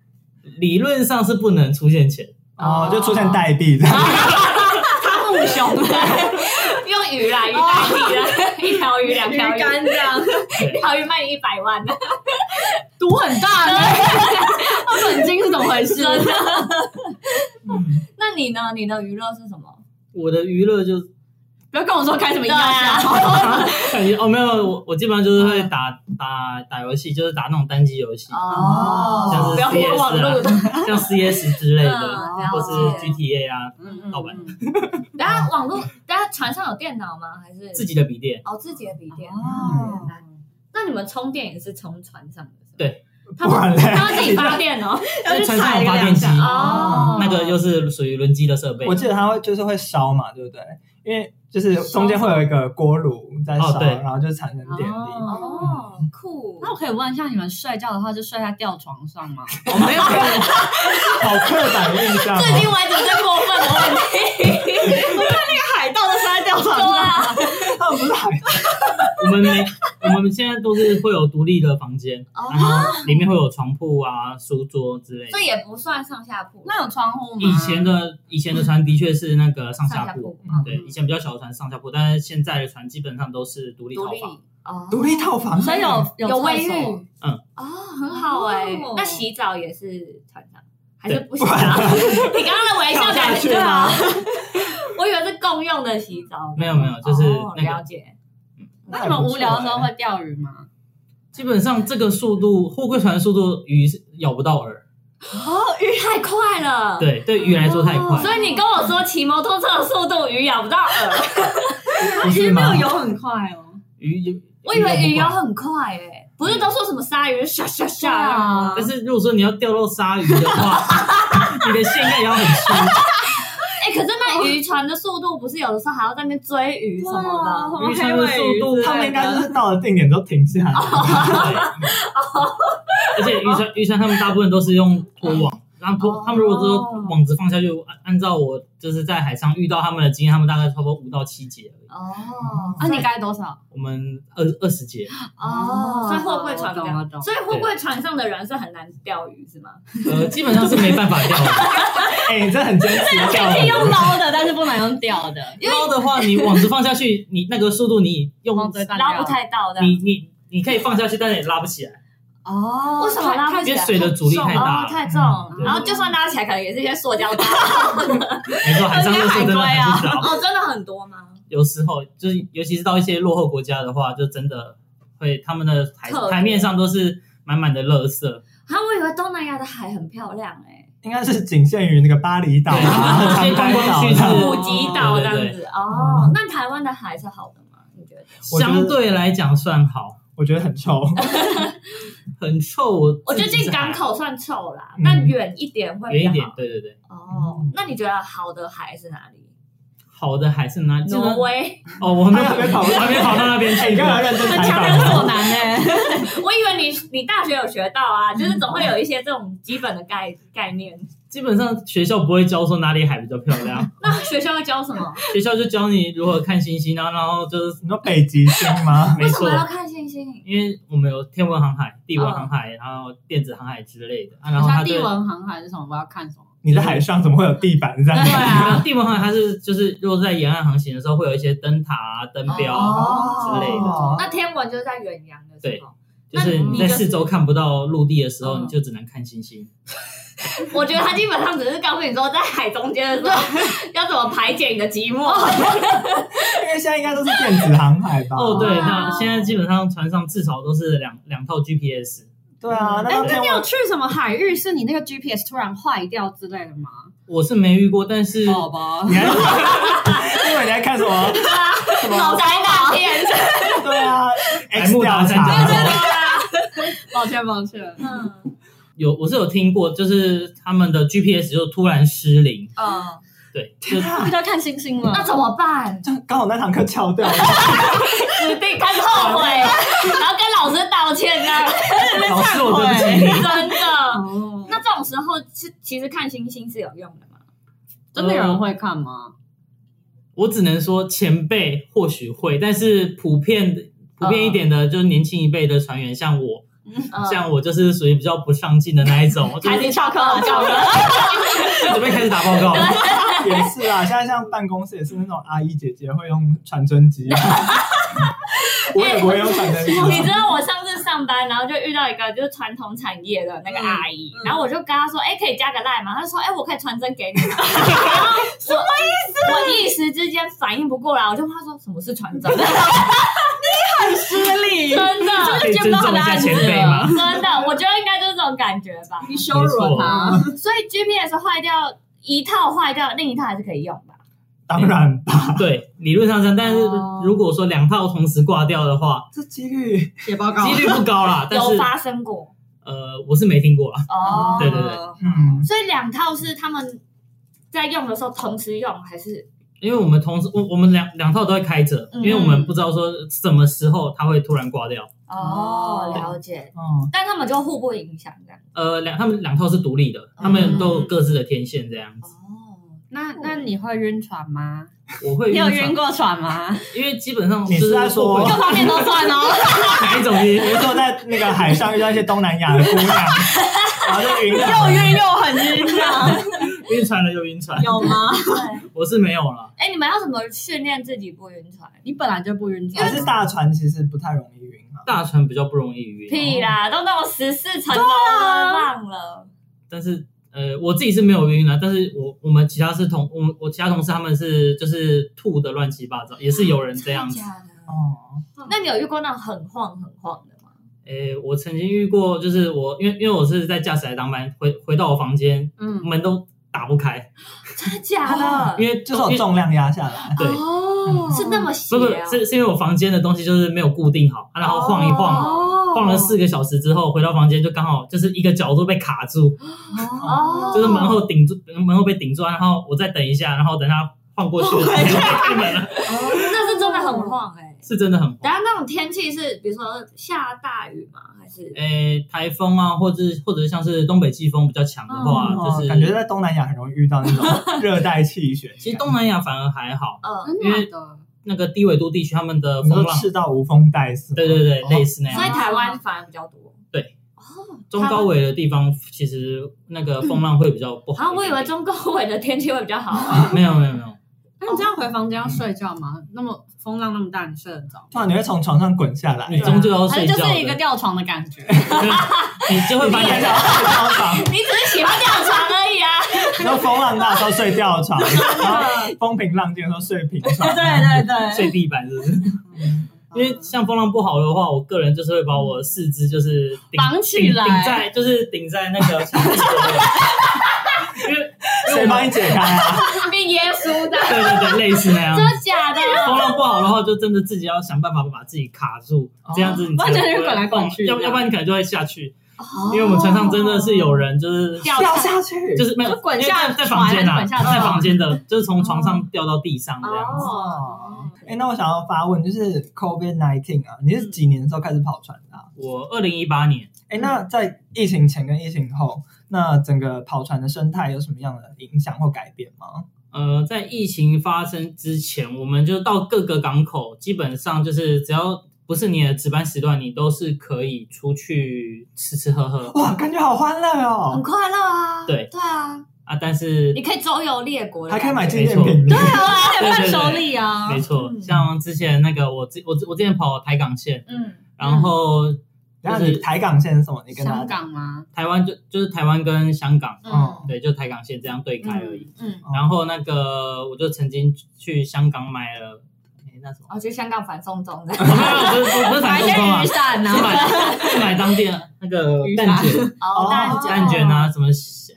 Speaker 4: 理论上是不能出现钱，
Speaker 5: <laughs> 哦，就出现代币这样。
Speaker 6: 他不熊
Speaker 3: <laughs> 用鱼啦，鱼代替啦，一条鱼两条鱼，
Speaker 6: 这样，
Speaker 3: 一条鱼卖你一百万，
Speaker 6: 赌很大呢。他本金是怎么回事？
Speaker 3: 真的。那你呢？你的娱乐是什么？
Speaker 4: 我的娱乐
Speaker 3: <laughs>
Speaker 4: 就
Speaker 6: 不要跟我说开什么药
Speaker 3: 对
Speaker 4: 啊
Speaker 6: 箱。
Speaker 4: 感觉哦，没有，我我基本上就是会打打打游戏，就是打那种单机游戏，
Speaker 3: 哦，
Speaker 4: 像
Speaker 3: 不
Speaker 4: 是嗯啊
Speaker 3: 要碰网络的。
Speaker 4: <laughs> 像 CS 之类
Speaker 3: <laughs>
Speaker 4: 的，
Speaker 3: 嗯了解
Speaker 4: 或是 GTA 啊，
Speaker 3: 嗯
Speaker 4: 盗版
Speaker 3: 然后网络，然后船上有电脑吗？还是
Speaker 4: 自己的笔电。
Speaker 3: 哦自己的笔电？
Speaker 5: 哦
Speaker 3: 原来那你们充电也是充船上的？是吗
Speaker 4: 对
Speaker 3: 他
Speaker 5: <laughs> 不然
Speaker 3: 们
Speaker 5: 嘞
Speaker 3: 他们自己发电哦。
Speaker 4: 因为船上有发电机，
Speaker 3: 哦，
Speaker 4: 那个就是属于轮机的设备。
Speaker 5: <laughs> 我记得它会就是会烧嘛，对不对？因为就是中间会有一个锅炉在烧，
Speaker 4: 哦对
Speaker 5: 然后就产生电力。
Speaker 6: 哦
Speaker 3: 哦酷
Speaker 6: 那我可以问一下，你们睡觉的话是睡在吊床上吗？
Speaker 5: 我哦没有，好刻板印象
Speaker 3: 至今
Speaker 5: 哦。
Speaker 3: 为止最过分的问题，
Speaker 6: 海盗都睡在吊床
Speaker 3: 对。啊，
Speaker 5: 他们不是海，
Speaker 4: 没， <laughs> 我们现在都是会有独立的房间，然后里面会有床铺啊、书桌之类的
Speaker 3: 哦所。以也不算上下铺。
Speaker 6: 那有窗户吗？
Speaker 4: 以前的以前的船的确是那个上
Speaker 3: 上
Speaker 4: 下
Speaker 3: 下
Speaker 4: 铺
Speaker 3: 铺，嗯
Speaker 4: 对，以前比较小的船上下铺，但是现在的船基本上都是独立套
Speaker 6: 独立
Speaker 4: 房，
Speaker 3: 哦
Speaker 5: 独立套房，
Speaker 6: 所以有
Speaker 3: 有
Speaker 6: 卫
Speaker 3: 卫浴
Speaker 6: 浴，
Speaker 3: 哦，很好哎、
Speaker 6: 哦
Speaker 3: 那洗澡也是船上，还是
Speaker 4: 对
Speaker 3: 不洗澡？ <laughs> 你刚刚的微笑
Speaker 5: 跳
Speaker 3: 感觉
Speaker 5: 下去吗？
Speaker 3: <laughs> 我以为是共用的洗澡。
Speaker 4: 没有没有就是
Speaker 3: 哦
Speaker 4: 那个
Speaker 3: 了解。
Speaker 6: 那你们无聊的时候会钓鱼吗？
Speaker 4: 基本上这个速度，货柜船的速度鱼是咬不到饵，
Speaker 3: 哦，鱼太快了。。
Speaker 4: 对，对鱼来说太快，
Speaker 3: 哦所以你跟我说骑摩托车的速度，鱼咬不到饵，
Speaker 5: 不是吗？
Speaker 6: 很快哦。
Speaker 4: 鱼
Speaker 3: 我以为鱼
Speaker 4: 咬
Speaker 3: 咬
Speaker 4: 不到饵。
Speaker 3: 很快哎、不是都说什么鲨鱼唰唰唰
Speaker 6: 对啊
Speaker 3: 吗？
Speaker 4: 但是如果说你要钓到鲨鱼的话， <laughs> 你的线应该也要很粗，
Speaker 3: 哎、可是那渔船的速度不是有的时候还要在那边追鱼什么 <laughs> 的，
Speaker 6: 哇
Speaker 4: 鱼船的速度
Speaker 5: 他们应该就是到了定点之后停下来，
Speaker 4: 哦对， <laughs> 而且渔船渔船他们大部分都是用拖网，然后
Speaker 3: 哦
Speaker 4: 拖他们如果说网子放下去，按按照我就是在海上遇到他们的经验，他们大概差不多五到七节而已，
Speaker 3: 哦，
Speaker 6: 那你该多少？
Speaker 4: 我们二二十节，
Speaker 3: 哦，所以货柜船比较
Speaker 6: 我懂我懂
Speaker 3: 所以货柜船上的人是很难钓鱼是吗？
Speaker 4: 呃，基本上是没办法钓
Speaker 3: <laughs>
Speaker 4: 的。
Speaker 5: 哎，你这很坚持，
Speaker 6: 可以用捞的，但是不能用钓的。
Speaker 4: 捞的话，你网子放下去，你那个速度你用
Speaker 6: 往嘴巴
Speaker 3: 捞不太到的。
Speaker 4: 你你你可以放下去，但是也拉不起来，
Speaker 6: 哦
Speaker 3: 为什么拉不起
Speaker 4: 因为
Speaker 3: 来？
Speaker 4: 水的阻力太大
Speaker 3: 哦
Speaker 4: 了。
Speaker 3: 太重了，
Speaker 4: 嗯
Speaker 3: 然后就算拉起来，可能也是一些塑胶袋。
Speaker 4: 没错，海上热水真的很不
Speaker 3: <laughs>
Speaker 4: 少。
Speaker 3: 哦，真的很多吗？
Speaker 4: 有时候就是，尤其是到一些落后国家的话，就真的会他们的海
Speaker 3: 特别
Speaker 4: 海面上都是满满的垃圾。
Speaker 3: 啊，我以为东南亚的海很漂亮哎，
Speaker 5: 应该是仅限于那个巴厘岛啊、长
Speaker 4: 对观光
Speaker 5: 岛
Speaker 4: 区是
Speaker 5: 啊
Speaker 3: 普吉岛这样
Speaker 4: 对对
Speaker 3: 子。哦，那台湾的海是好的吗？你觉得？
Speaker 5: 我觉得
Speaker 4: 相对来讲算好，
Speaker 5: 我觉得很臭。
Speaker 4: 很臭。我
Speaker 3: 我
Speaker 4: 我
Speaker 3: 觉得进港口算臭啦
Speaker 5: 嗯，
Speaker 3: 但远一点会比较
Speaker 4: 远一点
Speaker 3: 好，。
Speaker 4: 对对对。
Speaker 3: 哦，那你觉得好的海是哪里？
Speaker 4: 好的海是哪？基本上
Speaker 3: 挪威， <laughs>
Speaker 4: 哦，我
Speaker 5: 他还没跑
Speaker 4: 我还没跑到那边
Speaker 5: 哎， <laughs> 你
Speaker 4: 去。
Speaker 5: 干嘛认真采
Speaker 6: 强人
Speaker 5: 访
Speaker 6: 所
Speaker 5: 吗？
Speaker 6: 难哎。 <laughs>
Speaker 3: 我以为你你大学有学到啊，就是总会有一些这种基本的概概念。
Speaker 4: 基本上学校不会教说哪里海比较漂亮，
Speaker 3: 那学校会教什么？
Speaker 4: 学校就教你如何看星星，然后然后就是
Speaker 5: 你说北极星吗？
Speaker 3: <laughs>
Speaker 4: 没
Speaker 3: 为什
Speaker 4: 错
Speaker 3: 么，要看星星？
Speaker 4: 因为我们有天文航海、地文航海，然后电子航海之类的啊，然后它
Speaker 6: 像
Speaker 4: 就
Speaker 6: 地文航海是什么？我要看什么？
Speaker 5: 你在海上怎么会有地板这样？
Speaker 6: 对啊，
Speaker 4: 地文航海它是就是如果在沿岸航行的时候，会有一些灯塔啊、灯标啊，
Speaker 3: 哦
Speaker 4: 之类的
Speaker 5: 哦
Speaker 3: 那天文就是在远洋的时候，
Speaker 4: 就是你在四周看不到陆地的时候，
Speaker 3: 嗯
Speaker 4: 你就只能看星星。
Speaker 3: 我觉得他基本上只是告诉你说，在海中间的时候 <laughs> 要怎么排解你的寂
Speaker 5: <laughs>
Speaker 3: 寞。<laughs>
Speaker 5: 因为现在应该都是电子航海
Speaker 6: <laughs>
Speaker 5: 吧？
Speaker 4: 哦，对，
Speaker 3: 哇
Speaker 4: 那现在基本上船上至少都是两两套 GPS。
Speaker 5: 对啊，那
Speaker 6: 哎那
Speaker 5: 天
Speaker 6: 你
Speaker 5: 我
Speaker 6: 有去什么海域？是你那个 GPS 突然坏掉之类的吗？
Speaker 4: 我是没遇过，但是
Speaker 6: 宝宝
Speaker 5: 你，还 <laughs> 因为你在看什么？
Speaker 6: 啊
Speaker 5: 什
Speaker 3: 老
Speaker 5: 么？
Speaker 3: 宅大片，
Speaker 5: 对啊
Speaker 4: 百
Speaker 6: 哎
Speaker 5: ，X
Speaker 4: 慕
Speaker 5: 调
Speaker 4: 达三
Speaker 5: 查
Speaker 4: 角。洲。
Speaker 6: <laughs> 抱歉抱歉。
Speaker 3: 嗯
Speaker 4: 有我是有听过，就是他们的 GPS 就突然失灵，
Speaker 3: 嗯，
Speaker 4: 对，就
Speaker 6: 不就看星星了？
Speaker 3: 那怎么
Speaker 5: <laughs>
Speaker 3: 办？
Speaker 5: 就刚好那堂课翘掉了，
Speaker 3: 指定开始后 <laughs> 悔，然后跟老师道歉呢？
Speaker 4: 老师我对不起你。
Speaker 3: 真的。
Speaker 6: 哦，
Speaker 3: <laughs> 那这种时候，其其实看星星是有用的嘛？
Speaker 6: 真的
Speaker 4: 呃
Speaker 6: 有人会看吗？
Speaker 4: 我只能说前辈或许会，但是普遍普遍一点的，就是年轻一辈的船员，像我，
Speaker 3: 嗯 <laughs>
Speaker 4: 像我就是属于比较不上进的那一种，我就
Speaker 3: 开
Speaker 4: 是
Speaker 3: 始翘课
Speaker 6: 啊
Speaker 3: 了，翘课了。
Speaker 4: <laughs> 准备开始打报告了。
Speaker 5: 也是啊。现在像办公室也是那种阿姨姐姐会用传真机 <laughs> 啊，我
Speaker 6: 哎
Speaker 5: 也不会用传真机啊。
Speaker 3: 你知道我上次上班，然后就遇到一个就是传统产业的那个阿姨，然后我就跟她说：“哎、可以加个 line 吗？”她说：“哎、我可以传真给 <laughs> 你。”然后什么意思？我一时之间反应不过来，我就问她说：“什么是传 <laughs> 真？”
Speaker 6: 失礼
Speaker 3: 真的，
Speaker 4: 可以尊重一下前辈吗？
Speaker 3: 真的，我觉得应该就是这种感觉吧。
Speaker 6: 你啊羞辱
Speaker 4: <laughs>
Speaker 6: 了他，
Speaker 3: 啊
Speaker 4: 嗯
Speaker 3: 所以 GPS 坏掉一套坏掉，另一套还是可以用吧？
Speaker 5: 当然吧，
Speaker 4: <laughs> 对，理论上是这样，但是
Speaker 6: 哦
Speaker 4: 如果说两套同时挂掉的话，
Speaker 5: 这几率
Speaker 6: 写报告
Speaker 4: 几率不
Speaker 3: <laughs>
Speaker 4: 高啦。但
Speaker 3: 有
Speaker 4: 是
Speaker 3: 发生过
Speaker 4: 呃，我是没听过啦。
Speaker 3: 哦。
Speaker 4: 对对对
Speaker 5: 嗯，
Speaker 3: 所以两套是他们在用的时候同时用，还是
Speaker 4: 因为我们同时，我我们两两套都会开着，因为我们不知道说什么时候它会突然挂掉。
Speaker 3: 哦
Speaker 6: 哦
Speaker 3: 了解？
Speaker 5: 哦，
Speaker 3: 但他们就互不影响这样。
Speaker 4: 呃，两他们两套是独立的，他们都有各自的天线这样子。
Speaker 3: 哦，
Speaker 6: 那那你会晕船吗？
Speaker 4: 我会
Speaker 6: 你有
Speaker 4: 船
Speaker 6: 晕过船吗？
Speaker 4: 因为基本上
Speaker 5: 你
Speaker 4: 就是
Speaker 5: 在说
Speaker 4: 我
Speaker 5: 我
Speaker 4: <laughs>
Speaker 6: 各方面都算哦。
Speaker 4: 哪一种晕？
Speaker 5: 比如说在那个海上遇到一些东南亚的姑
Speaker 6: <laughs>
Speaker 5: 娘，然后就晕
Speaker 6: <laughs> 又
Speaker 5: 船，
Speaker 6: 晕又很晕啊这样，
Speaker 4: 晕船了就晕船，
Speaker 6: <laughs> 有吗？
Speaker 4: 我是没有了。
Speaker 3: 哎、你们要怎么训练自己不晕船？
Speaker 4: 哦
Speaker 6: 你本来就不晕
Speaker 5: 还是大船其实不太容易晕啊。
Speaker 4: 大船比较不容易晕，啊
Speaker 3: 屁啦，都那种十四层楼了，忘了。
Speaker 4: <laughs> 但是呃，我自己是没有晕啦，但是我我们其他是同我们我其他同事他们是就是吐的乱七八糟，也是有人这
Speaker 6: <laughs>
Speaker 4: 样子。
Speaker 5: 哦，
Speaker 3: 那你有遇过那种很晃很晃的吗？
Speaker 4: 诶，我曾经遇过，就是我因为因为我是在驾驶台当班，回回到我房间，
Speaker 6: 嗯，
Speaker 4: 门都打不开，
Speaker 3: 真的假的？
Speaker 4: <laughs> 因为
Speaker 5: 就是有
Speaker 4: 因为
Speaker 5: 重量压下来，
Speaker 4: 对，嗯
Speaker 6: 哦
Speaker 3: 是那么斜
Speaker 4: 不不
Speaker 3: 啊？
Speaker 4: 是是因为我房间的东西就是没有固定好，啊然后晃一晃，
Speaker 6: 哦
Speaker 4: 晃了四个小时之后，回到房间就刚好就是一个角度被卡住，
Speaker 3: 哦，
Speaker 4: 就是门后顶住，门后被顶住，啊然后我再等一下，然后等它晃过去的时候就开门了，
Speaker 3: 那是真的很晃哎、
Speaker 4: 是真的很
Speaker 3: 等下那种天气是，比如说下大雨吗？还是
Speaker 5: 哎
Speaker 4: 诶，台风啊，或者或者像是东北季风比较强的话，
Speaker 5: 哦
Speaker 4: 就是
Speaker 5: 感觉在东南亚很容易遇到那
Speaker 4: <laughs>
Speaker 5: 种热带气旋。
Speaker 4: 其实东南亚反而还好，
Speaker 3: 嗯？
Speaker 6: 真的假的
Speaker 4: 那个低纬度地区他们的
Speaker 5: 你
Speaker 4: 风
Speaker 5: 说
Speaker 4: 浪，
Speaker 5: 赤哦道无风带是吗？
Speaker 4: 对对对，类似那
Speaker 3: 所以
Speaker 4: 样。
Speaker 3: 台湾反而比较多。
Speaker 4: 对
Speaker 3: 哦，
Speaker 4: 中高纬的地方其实那个风浪会比较不
Speaker 3: 啊，
Speaker 4: 好一点。
Speaker 3: 我以为中高纬的天气会比较好。啊
Speaker 4: 没有没有没有，
Speaker 6: 那你这样回房间要睡觉吗？那么风浪那么大，你睡得着？
Speaker 5: 哦突然你会从床上滚下来，
Speaker 4: 你终究要
Speaker 6: 还
Speaker 4: 睡
Speaker 6: 是
Speaker 4: 觉
Speaker 6: 就
Speaker 4: 的，
Speaker 6: 是一个吊床的感 <laughs> 觉？
Speaker 4: 你就会把
Speaker 5: <laughs>
Speaker 4: 你
Speaker 5: 你掉到床，
Speaker 4: <laughs>
Speaker 3: 你只是喜欢吊床而
Speaker 6: <laughs>
Speaker 3: 已啊！
Speaker 5: 然后风浪大的时候睡掉
Speaker 4: <laughs>
Speaker 5: 床，然后风平浪静的时候睡平床。
Speaker 4: <laughs>
Speaker 6: 对，
Speaker 4: 睡地板，是不是？因为像风浪不好的话，我个人就是会把我四肢就是顶
Speaker 6: 绑起来
Speaker 4: 顶顶在就是顶在那个墙壁左右，因为
Speaker 5: 谁帮你解开
Speaker 6: <laughs>
Speaker 5: 啊？
Speaker 3: 变耶稣的，
Speaker 4: 对对对，类似那样
Speaker 3: 真。的假的？
Speaker 4: 风浪不好的话，就真的自己要想办法把自己卡住，这样子你才
Speaker 6: 哦不然就
Speaker 4: 不会
Speaker 6: 是
Speaker 4: 哦
Speaker 6: 滚来滚去
Speaker 4: 要
Speaker 6: 这样哦
Speaker 4: 要不然你可能就会下去，因为我们船上真的是有人就是
Speaker 3: 吊
Speaker 5: 掉下去，
Speaker 4: 就是没有
Speaker 6: 就滚下
Speaker 4: 因为在在房间
Speaker 6: 船
Speaker 4: 啊，
Speaker 6: 哦滚下床
Speaker 4: 在房间的，就是从床上掉到地上这样子。
Speaker 5: 哦。哎、那我想要发问，就是 COVID nineteen 啊，
Speaker 4: 嗯
Speaker 5: 你是几年的时候开始跑船的、啊？
Speaker 4: 我二零一八年，
Speaker 5: 哎、那在疫情前跟疫情后，那整个跑船的生态有什么样的影响或改变吗？
Speaker 4: 呃，在疫情发生之前，我们就到各个港口，基本上就是只要不是你的值班时段，你都是可以出去吃吃喝喝
Speaker 5: 哇，感觉好欢乐
Speaker 3: 很
Speaker 5: 哦！
Speaker 3: 快乐啊！
Speaker 4: 对
Speaker 3: 对啊，
Speaker 4: 啊。但是
Speaker 3: 你可以周游列国，
Speaker 5: 还可以买纪念品，对啊，
Speaker 6: 而且伴手礼啊，
Speaker 4: 没错，
Speaker 3: 嗯
Speaker 4: 像之前那个我之我之我之前跑台港线，
Speaker 3: 嗯，
Speaker 4: 然后
Speaker 5: 然后
Speaker 4: 就
Speaker 5: 你
Speaker 4: 是
Speaker 5: 台港线是什么？你跟他
Speaker 6: 香港吗？
Speaker 4: 台湾就就是台湾跟香港，
Speaker 5: 嗯
Speaker 4: 对，就台港线这样对开而已。
Speaker 3: 嗯，
Speaker 5: 哦
Speaker 4: 然后那个我就曾经去香港买了，诶那什么？
Speaker 3: 我去哦香港反送中的，
Speaker 5: 哦
Speaker 4: <laughs> 没有没有，不是不是反
Speaker 6: 买一
Speaker 4: 正
Speaker 6: 些
Speaker 4: 光
Speaker 3: <laughs>
Speaker 4: 啊
Speaker 6: 雨，伞
Speaker 4: 是
Speaker 6: 啊，
Speaker 4: 买是买当地的那个
Speaker 6: 鱼
Speaker 4: 蛋
Speaker 6: 蛋
Speaker 4: 卷、
Speaker 3: 哦， <laughs> 蛋卷，
Speaker 4: 蛋卷啊，什么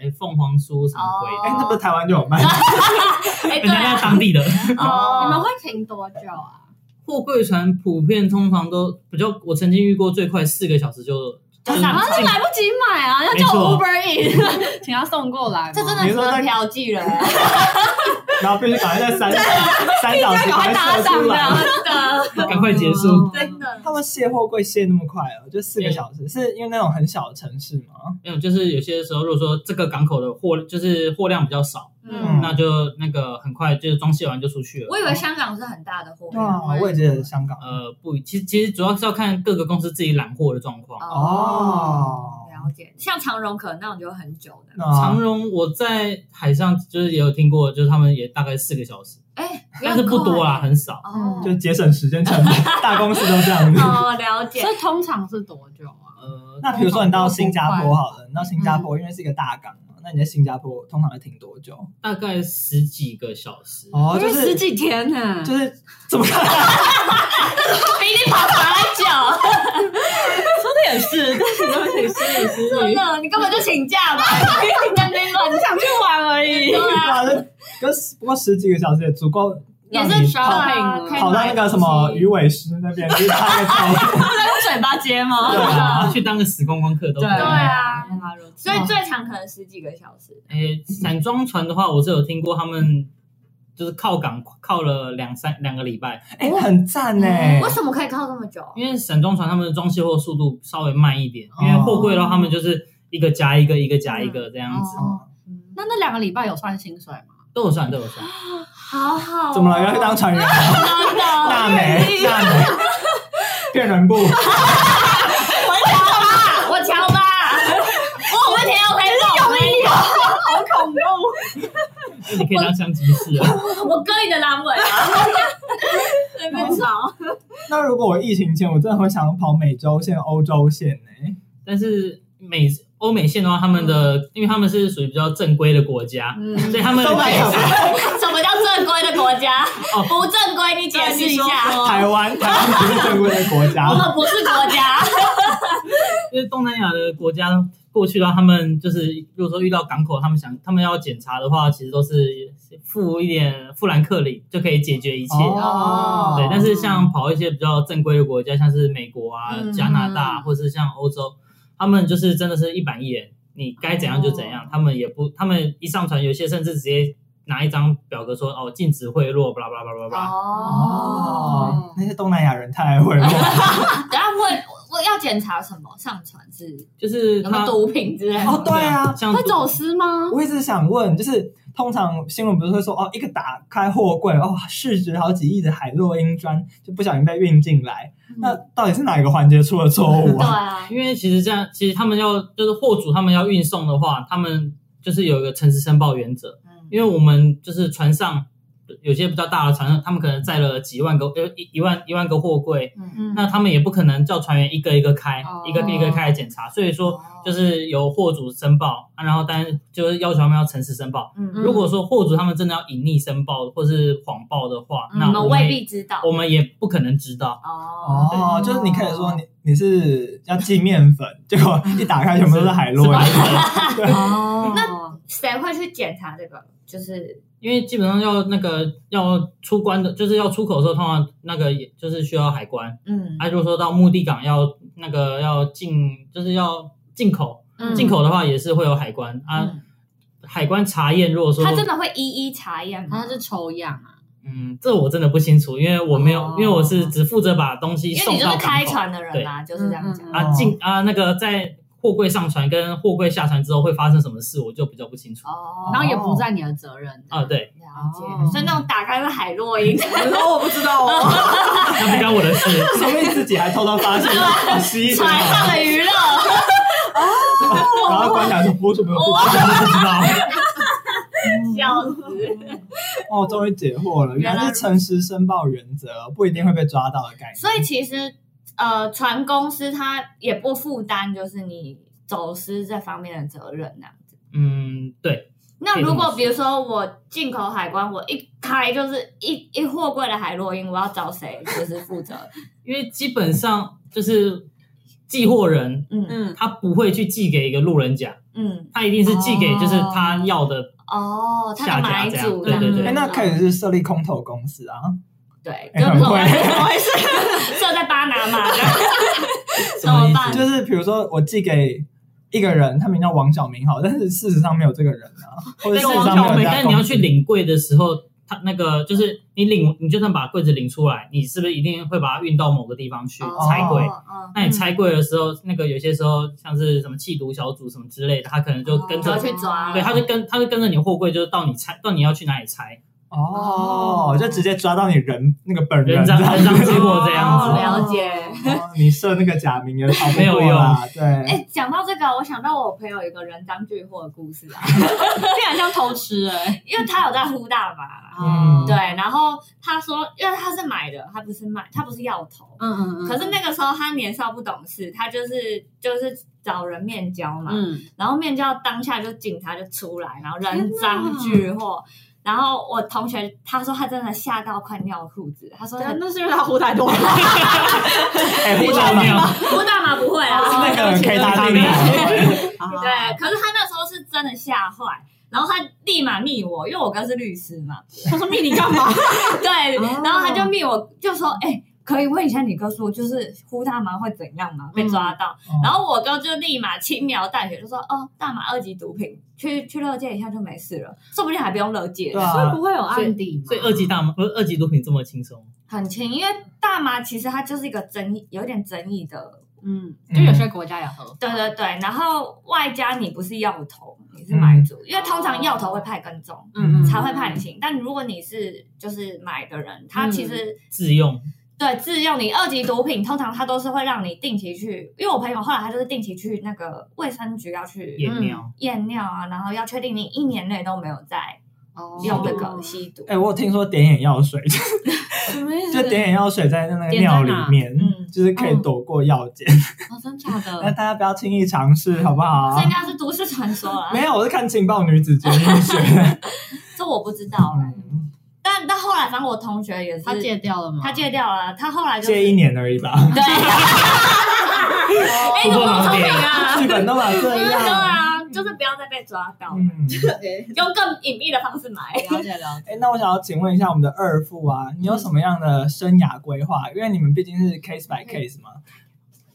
Speaker 4: 诶凤凰酥什么鬼
Speaker 5: 哎、
Speaker 3: 哦
Speaker 4: 的，
Speaker 5: 那不是台湾就有卖？
Speaker 3: 哎，
Speaker 4: 人
Speaker 3: 对
Speaker 4: 家那
Speaker 3: 啊，
Speaker 4: 当地的。
Speaker 3: 哦，
Speaker 6: 你们会停多久啊？
Speaker 4: 货柜船普遍通常都比较，我曾经遇过最快四个小时就就
Speaker 3: 就是上
Speaker 6: 啊，
Speaker 4: 进
Speaker 6: 来不及买啊，要
Speaker 4: 没
Speaker 6: 叫
Speaker 4: 错
Speaker 6: Uber Eat，请他送过来吗。
Speaker 3: 这真的只能嫖妓了，
Speaker 6: 嗯
Speaker 5: 然后必须赶快在三 <laughs> 三小时
Speaker 6: 赶快搭
Speaker 5: 射
Speaker 6: 上
Speaker 5: 出
Speaker 6: 这
Speaker 5: 来
Speaker 6: 样。
Speaker 4: 赶快结
Speaker 6: 哦
Speaker 4: 束。
Speaker 3: 真的。
Speaker 5: 他们卸货柜卸那么快哦，就四个小时，是因为那种很小的城市吗？
Speaker 4: 没有，就是有些时候，如果说这个港口的货就是货量比较少，
Speaker 3: 嗯
Speaker 5: 嗯，
Speaker 4: 那就那个很快就是装卸完就出去了。
Speaker 3: 我以为香港是很大的货
Speaker 5: 对啊，我也觉得香港。
Speaker 4: 呃不，其实其实主要是要看各个公司自己揽货的状况。
Speaker 5: 哦
Speaker 3: 了解。像长荣可能那种就很久的，
Speaker 4: 长
Speaker 5: 那
Speaker 4: 荣我在海上就是也有听过，就是他们也大概四个小时，
Speaker 3: 哎，
Speaker 4: 但是不多啦，
Speaker 3: 很
Speaker 4: 很少。
Speaker 3: 哦
Speaker 5: 就节省时间成本，大公司都这样子。
Speaker 3: 哦，了解
Speaker 6: 这。通常是多久啊？
Speaker 3: 哦
Speaker 4: 呃，
Speaker 5: 那比如说你到新加坡好了，你到新加坡因为是一个大港嘛，那你在新加坡通常会停多久？
Speaker 4: 呃大概十几个小时。
Speaker 5: 哦，就
Speaker 6: 因为十
Speaker 5: 是
Speaker 6: 几天呢，
Speaker 5: 就是怎么看？
Speaker 3: 比你跑船还久，
Speaker 6: 的也是，但是都得失礼失
Speaker 3: 真
Speaker 6: <laughs> 礼，
Speaker 3: 的，你根本就请假吧，在那边乱
Speaker 6: 只哦想去玩而已。
Speaker 3: 对啊，
Speaker 5: 哇， <laughs> 这可是不过十几个小时也足够
Speaker 3: 也
Speaker 5: 让
Speaker 3: 是
Speaker 5: 你
Speaker 3: 少
Speaker 5: 跑
Speaker 3: 啊，可以
Speaker 5: 跑到那个什么鱼尾狮那边去拍个照。
Speaker 6: 他在用嘴巴接吗
Speaker 5: 对
Speaker 4: <laughs> 啊，去当个死观光客都可以。
Speaker 3: 对啊，
Speaker 6: 原来如此
Speaker 3: 所以最长可能十几个小时。
Speaker 4: 诶，哎散装船的话，我是有听过他们就是靠港靠了两三两个礼拜，
Speaker 5: 哎，很赞呢。
Speaker 3: 为什么可以靠这么久？
Speaker 4: 因为散装船他们的装卸货速度稍微慢一点，因为货柜
Speaker 3: 嗯
Speaker 4: 的
Speaker 3: 哦
Speaker 4: 话，他们就是一个夹一个，一个夹一个这样子。
Speaker 6: 嗯哦那那两个礼拜有算薪水吗？
Speaker 4: 都有算，都有算。
Speaker 3: 好好哦，
Speaker 5: 怎么了？要去当船员？
Speaker 3: 真的？
Speaker 5: <laughs> 大美，大美，骗人不？
Speaker 3: 我瞧吧，我瞧吧，我有问题我可以问我妹
Speaker 6: 好恐怖！
Speaker 4: 你可以当香吉士啊，
Speaker 3: 我割你的阑尾啊！随便吵，
Speaker 5: 那如果我疫情前，我真的会想跑美洲线、欧洲线呢、
Speaker 4: 但是美欧美线的话，他们的因为他们是属于比较正规的国家，所以他们
Speaker 5: 都来了吧
Speaker 3: 什么叫正规的国家
Speaker 4: 哦？
Speaker 3: 不正规，你解释一
Speaker 6: 对你
Speaker 3: 下。
Speaker 6: 说
Speaker 5: 台湾，台湾不是正规的国家
Speaker 3: 我。们不是国家，
Speaker 4: 因为东南亚的国家过去的话，他们就是如果说遇到港口，他们想他们要检查的话，其实都是付一点富兰克林就可以解决一切。
Speaker 5: 哦
Speaker 4: 对，但是像跑一些比较正规的国家，像是美国啊、
Speaker 6: 嗯
Speaker 4: 加拿大，或是像欧洲，他们就是真的是一板一眼，你该怎样就怎样，他们也不，他们一上船，有些甚至直接拿一张表格说哦，禁止贿赂，巴拉巴拉巴拉巴拉。
Speaker 5: 哦，那些东南亚人太爱会了。 <laughs>
Speaker 3: 等下问我要检查什么？上传是
Speaker 4: 就是
Speaker 3: 有没有
Speaker 4: 他
Speaker 3: <laughs> 毒品之类的？
Speaker 5: 哦，对啊，
Speaker 4: 像
Speaker 6: 会走私吗？
Speaker 5: 我一直想问，就是通常新闻不是会说哦，一个打开货柜，哦，市值好几亿的海洛因砖就不小心被运进来，那到底是哪一个环节出了错误
Speaker 3: 对
Speaker 5: 啊？
Speaker 3: 啊，
Speaker 4: 因为其实这样，其实他们要就是货主他们要运送的话，他们就是有一个诚实申报原则。因为我们就是船上有些比较大的船上，他们可能载了几万个呃一一万一万个货柜，
Speaker 3: 嗯
Speaker 4: 那他们也不可能叫船员一个一个开，
Speaker 3: 哦
Speaker 4: 一个一个开来检查，所以说就是由货主申报，啊、然后当然就是要求他们要诚实申报。
Speaker 3: 嗯
Speaker 4: 如果说货主他们真的要隐匿申报或是谎报的话，
Speaker 3: 嗯我
Speaker 4: 那我
Speaker 3: 们
Speaker 4: 们
Speaker 3: 未
Speaker 4: 也
Speaker 3: 必知道
Speaker 4: 我们也不可能知道。
Speaker 3: 哦。
Speaker 5: 哦，就是你可以说你你是要寄面粉，结果一打开全部都是海洛因。
Speaker 6: 哦，
Speaker 3: 谁会去检查这个？就是
Speaker 4: 因为基本上要那个要出关的，就是要出口的时候，通常那个也就是需要海关。
Speaker 3: 嗯
Speaker 4: 啊，如果说到目的港要那个要进，就是要进口，
Speaker 3: 嗯
Speaker 4: 进口的话也是会有海关啊。
Speaker 3: 嗯
Speaker 4: 海关查验，如果说
Speaker 3: 他真的会一一查验吗？
Speaker 6: 他是抽样啊，
Speaker 4: 嗯，这我真的不清楚，因为我没有，
Speaker 6: 哦
Speaker 4: 因为我是只负责把东西
Speaker 3: 因为
Speaker 4: 送
Speaker 3: 你就是
Speaker 4: 到
Speaker 3: 开
Speaker 4: 港口
Speaker 3: 船的人啦，就是这样讲
Speaker 6: 嗯嗯。嗯
Speaker 4: 啊进啊那个在货柜上船跟货柜下船之后会发生什么事，我就比较不清楚
Speaker 3: 哦，
Speaker 6: 然后也不在你的责任
Speaker 4: 啊。对，
Speaker 3: 了解
Speaker 6: 哦，
Speaker 3: 所以那种打开是海洛
Speaker 4: <laughs>
Speaker 3: 因，
Speaker 6: 哦，我不知道哦，
Speaker 4: 那不干我的事。
Speaker 5: 说明自己还偷偷发现，好吸引人
Speaker 3: 船
Speaker 5: 啊
Speaker 3: 上的娱乐，
Speaker 5: 然后观察说不什么不
Speaker 3: 哇，
Speaker 4: 不知道，
Speaker 3: 笑死！
Speaker 5: 哦，终于解惑了，原来是诚实申报原则，不一定会被抓到的概念。
Speaker 3: 所以其实呃，船公司它也不负担就是你走私这方面的责任呐。
Speaker 4: 嗯，对，
Speaker 3: 那如果比如说我进口海关，我一开就是一一货柜的海洛因，我要找谁就是负责？
Speaker 4: 因为基本上就是寄货人，
Speaker 3: 嗯
Speaker 6: <laughs> 嗯，
Speaker 4: 他不会去寄给一个路人甲，
Speaker 3: 嗯，
Speaker 4: 他一定是寄给就是他要的。
Speaker 3: 哦，他的买主
Speaker 4: 下家这样对
Speaker 6: 对对
Speaker 5: 哎，那可以是设立空投公司啊，
Speaker 3: 对，
Speaker 5: 哎
Speaker 3: 就
Speaker 5: 很
Speaker 3: 不
Speaker 5: 会
Speaker 3: 好意思，设在巴拿
Speaker 4: <laughs>
Speaker 3: 马的，怎么办？
Speaker 5: 就是比如说我寄给一个人，他名叫王小明好，但是事实上没有这个人啊，或者事
Speaker 4: 但
Speaker 5: 实上
Speaker 4: 是
Speaker 5: 没有这家
Speaker 4: 但你要
Speaker 5: 公
Speaker 4: 去
Speaker 5: 司
Speaker 4: 领柜的时候，他那个就是你领，你就算把柜子领出来，你是不是一定会把它运到某个地方去
Speaker 3: 哦
Speaker 4: 拆柜？
Speaker 3: 嗯
Speaker 4: 那你拆柜的时候，那个有些时候像是什么缉毒小组什么之类的，他可能
Speaker 6: 哦
Speaker 4: 就跟
Speaker 3: 就
Speaker 4: 着
Speaker 3: 要，去抓，
Speaker 4: 对，他就跟他就跟着你货柜，就是到你拆到你要去哪里拆，
Speaker 5: 哦，就直接抓到你人那个本
Speaker 4: 人
Speaker 5: 这
Speaker 4: 赃
Speaker 5: 样
Speaker 4: 人
Speaker 5: 子
Speaker 4: 赃俱获这样
Speaker 3: 哦
Speaker 4: 子。
Speaker 3: 了解。
Speaker 5: 哦你设那个假名也跑不
Speaker 4: 没有
Speaker 5: 过啦，
Speaker 3: 哎、
Speaker 5: 对，
Speaker 3: 讲到这个，我想到我朋友有一个人赃俱获的故事
Speaker 4: <laughs>
Speaker 3: 啊，
Speaker 6: 这很像偷吃哦哎，
Speaker 3: 因为他有在呼大麻，
Speaker 5: 嗯
Speaker 3: 对，然后他说，因为他是买的，他不是卖，他不是药头，
Speaker 6: 嗯嗯嗯，
Speaker 3: 可是那个时候他年少不懂事，他就是就是找人面交嘛，
Speaker 6: 嗯，
Speaker 3: 然后面交当下就警察就出来，然后人赃俱获。然后我同学他说他真的吓到快尿裤子，他说
Speaker 6: 对啊那是因为他喝太多了，
Speaker 5: 哎，
Speaker 4: 你
Speaker 5: 不知道
Speaker 4: 没有
Speaker 5: 吗？
Speaker 3: 呼大麻不会啊，
Speaker 5: 那个人 K 大
Speaker 4: 对
Speaker 5: 定啊。
Speaker 6: <laughs>
Speaker 3: 对，可是他那时候是真的吓坏，然后他立马密我，因为我哥是律师嘛，
Speaker 6: 他说命你干 <laughs> 嘛？
Speaker 3: 对，
Speaker 6: 哦
Speaker 3: 然后他就密我，就说，哎、可以问一下你哥说，就是呼大麻会怎样吗？被抓到，
Speaker 5: 嗯
Speaker 3: 然后我哥就立马轻描淡写就说，哦，大麻二级毒品，去去乐戒一下就没事了，说不定还不用乐戒，
Speaker 5: 对啊，
Speaker 6: 会有底吗
Speaker 4: 所以二级大麻不呃是二级毒品这么轻松，
Speaker 3: 很轻，因为大麻其实它就是一个争议，有点争议的
Speaker 6: 嗯，就有些国家也合
Speaker 3: 对对对，然后外加你不是药头，你是买主，因为通常药头会派跟踪。
Speaker 6: 嗯嗯
Speaker 3: 才会判刑，但如果你是就是买的人，他其实、
Speaker 4: 自用，
Speaker 3: 对自用你二级毒品，通常他都是会让你定期去，因为我朋友后来他就是定期去那个卫生局要去
Speaker 6: 嗯
Speaker 4: 验尿，
Speaker 3: 验尿啊，然后要确定你一年内都没有在
Speaker 6: 哦
Speaker 3: 用这个吸毒。
Speaker 5: 哎、我有听说点眼药水， <laughs>
Speaker 6: 什么意思？
Speaker 5: 就点眼药水在那个尿里面
Speaker 3: 在哪嗯，
Speaker 5: 就是可以躲过药检，
Speaker 6: 哦，真假
Speaker 5: 但
Speaker 6: 的？
Speaker 5: 大家不要轻易尝试，好不好
Speaker 3: 这？应该是都市传说啦
Speaker 5: 没，有，我是看《情报女子决定学》
Speaker 3: 这我不知道哎、
Speaker 5: 嗯，
Speaker 3: 但但后来，反正我同学也是，
Speaker 6: 他戒掉了吗？
Speaker 3: 他戒掉了，他后来就是
Speaker 5: 借一年而已吧，
Speaker 3: <laughs> 对，哎，你怎么那么聪明啊？
Speaker 5: 剧本都把
Speaker 3: <laughs>
Speaker 5: 这
Speaker 3: 对
Speaker 5: 样。
Speaker 3: 啊，就是不要再被抓到，
Speaker 5: 嗯，
Speaker 3: 用更隐秘的方式买。
Speaker 6: 了解
Speaker 5: <laughs>
Speaker 6: 了解。
Speaker 5: 哎、那我想要请问一下我们的二副啊，你有什么样的生涯规划？因为你们毕竟是 case by case 嘛，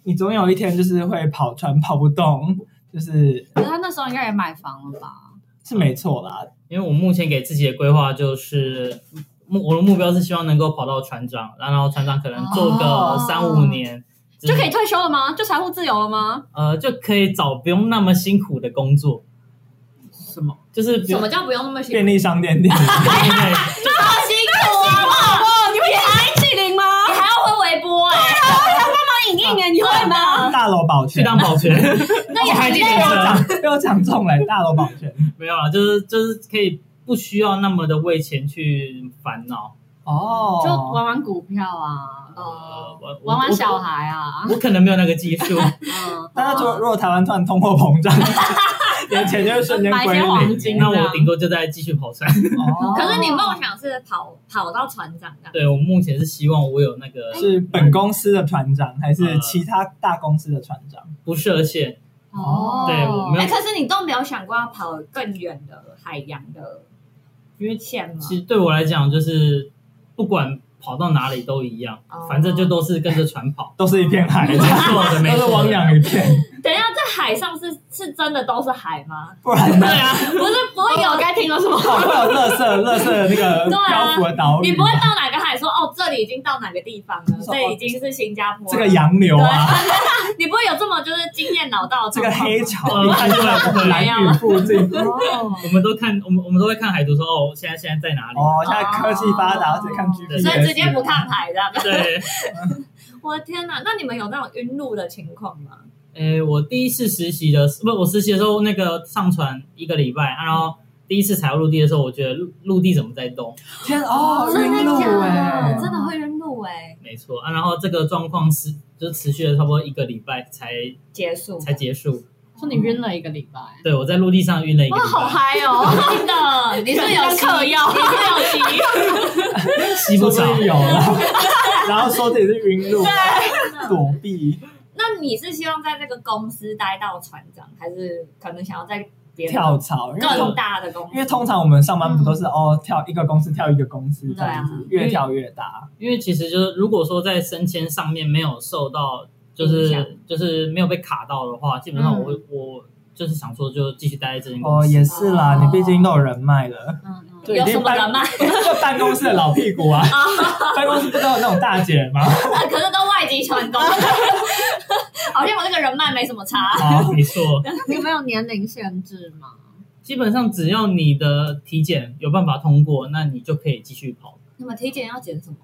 Speaker 5: 你总有一天就是会跑船跑不动，就是
Speaker 6: 可是他那时候应该也买房了吧？
Speaker 5: 是没错啦。
Speaker 4: 因为我目前给自己的规划就是目我的目标是希望能够跑到船长，然后船长可能做个
Speaker 6: 哦
Speaker 4: 三五年之
Speaker 6: 就
Speaker 4: 类
Speaker 6: 可以退休了吗？就财务自由了吗？
Speaker 4: 呃就可以找不用那么辛苦的工作，
Speaker 6: 什么？
Speaker 4: 就是不
Speaker 6: 什
Speaker 4: 用
Speaker 6: 么叫不用那么辛
Speaker 5: 便
Speaker 6: 苦？
Speaker 5: 利商店店员，
Speaker 4: 对
Speaker 6: <laughs>
Speaker 3: 好辛苦啊！
Speaker 6: 哦，你会点冰淇淋吗？
Speaker 3: 你还要会微波哎，
Speaker 6: 影印哎，你会吗？
Speaker 5: 大楼保
Speaker 4: 去
Speaker 5: 全，
Speaker 4: 当保全，
Speaker 3: 那
Speaker 4: 哦
Speaker 3: 也很
Speaker 5: 被
Speaker 3: 累
Speaker 5: 我
Speaker 3: 啊。
Speaker 5: 讲被我讲中了，大楼保全。
Speaker 4: 没有啦，就是就是可以不需要那么的为钱去烦恼。
Speaker 5: 哦，
Speaker 6: 就玩玩股票啊，
Speaker 3: 哦
Speaker 4: 呃，我我
Speaker 6: 玩玩小
Speaker 4: 我
Speaker 6: 孩啊，
Speaker 4: 我可能没有那个技术，
Speaker 6: 嗯，
Speaker 5: 但是，如果如果台湾突然通货膨 <laughs> 胀，你的钱就会瞬间
Speaker 6: 买一
Speaker 5: 归
Speaker 6: 些黄
Speaker 5: 零。
Speaker 6: 金
Speaker 4: 那
Speaker 6: 这样
Speaker 4: 我顶多就再继续跑山。 <laughs>
Speaker 5: 哦
Speaker 3: 可是你梦想是跑跑到船长的，
Speaker 4: 对我目前是希望我有那个
Speaker 5: 是本公司的船长还是其他大公司的船长？。
Speaker 4: 不设限，
Speaker 6: 哦，
Speaker 4: 对我没有
Speaker 3: 哎，可是你都没有想过要跑更远的海洋的
Speaker 4: 因为
Speaker 3: 线吗？
Speaker 4: 其实对我来讲就是不管跑到哪里都一样
Speaker 3: 哦，
Speaker 4: 反正就都是跟着船跑
Speaker 5: <laughs> 都是一片海，
Speaker 4: 没错的，
Speaker 5: 都
Speaker 4: 没
Speaker 5: 是
Speaker 4: 错
Speaker 5: 汪
Speaker 4: 的。
Speaker 5: 洋一片，
Speaker 3: 等一下，在海上是是真的都是海吗？
Speaker 5: 不然呢
Speaker 4: 对？啊，
Speaker 3: 不是，不会
Speaker 5: 哦
Speaker 3: 有该听了什么？
Speaker 5: 会有垃圾、垃圾的那个
Speaker 3: 对啊
Speaker 5: 漂浮的岛屿，
Speaker 3: 你不会到哪个海说哦，这里已经到哪个地方了，
Speaker 5: 说哦
Speaker 3: 这已经是新加坡了。
Speaker 5: 这个洋流啊，
Speaker 3: 你不会有这么就是经验哦老道的
Speaker 5: 这
Speaker 3: 状
Speaker 5: 个
Speaker 3: 况吗。
Speaker 5: 黑潮，啊
Speaker 4: 呃
Speaker 5: 你
Speaker 4: <laughs>
Speaker 5: 看
Speaker 4: 不会不会
Speaker 5: 蓝雨附近。
Speaker 6: 哦，
Speaker 4: 我们都看，我们我们都会看海图说哦，现在现在在哪里？
Speaker 5: 哦，现在科技发达，
Speaker 3: 哦
Speaker 5: 只看
Speaker 3: 所
Speaker 5: GPS，
Speaker 3: 以直接不看海这样。
Speaker 4: 对，
Speaker 3: 我的天哪，那你们有那种晕路的情况吗？
Speaker 4: 诶，我第一次实习的时，不，我实习的时候那个上船一个礼拜，啊然后第一次踩到陆地的时候，我觉得陆陆地怎么在动？
Speaker 5: 天哦，晕
Speaker 3: 真
Speaker 5: 路
Speaker 3: 的假
Speaker 5: 哎
Speaker 3: 的？，真的会晕路哎，
Speaker 4: 没错啊，然后这个状况持就持续了差不多一个礼拜才
Speaker 3: 结束。
Speaker 4: 才结束。
Speaker 6: 说你晕了一个礼拜，
Speaker 4: 对我在陆地上晕了一个
Speaker 6: 哇，
Speaker 4: 礼
Speaker 6: 好
Speaker 4: 拜，
Speaker 6: 嗨哦！
Speaker 3: 真的，你是不是有吸
Speaker 6: 嗑药
Speaker 3: 你是不是有吸？
Speaker 4: 吸不
Speaker 5: 说
Speaker 4: 少
Speaker 5: 不。定有了， <laughs> 然后说自己是晕路，躲避
Speaker 3: <laughs> 那你是希望在这个公司待到船长，还是可能想要在别的
Speaker 5: 跳槽，因为
Speaker 3: 更大的公司？
Speaker 5: 因为通常我们上班不都是、哦跳一个公司跳一个公司这样子，
Speaker 3: 对啊
Speaker 5: 越跳越大。
Speaker 4: 因为其实就是如果说在升迁上面没有受到就
Speaker 3: 影响
Speaker 4: 是就是没有被卡到的话，基本上
Speaker 6: 嗯
Speaker 4: 我会、我就是想说就继续待在这间公
Speaker 5: 哦，
Speaker 4: 司。
Speaker 5: 也是啦，
Speaker 3: 哦
Speaker 5: 你毕竟都有人脉了，
Speaker 6: 嗯嗯，
Speaker 5: 对
Speaker 3: 有什么人脉？
Speaker 5: 就 <laughs> 办公室的老屁股啊，
Speaker 3: <laughs>
Speaker 5: 办公室不都有那种大姐吗？
Speaker 3: 啊，可是都外籍
Speaker 5: <laughs>
Speaker 3: 船工，好像我这个人脉没什么差。
Speaker 5: 哦，
Speaker 4: 啊没错，
Speaker 6: 你们有年龄限制吗？
Speaker 4: 基本上只要你的体检有办法通过，那你就可以继续跑。
Speaker 3: 你们体检要检什么？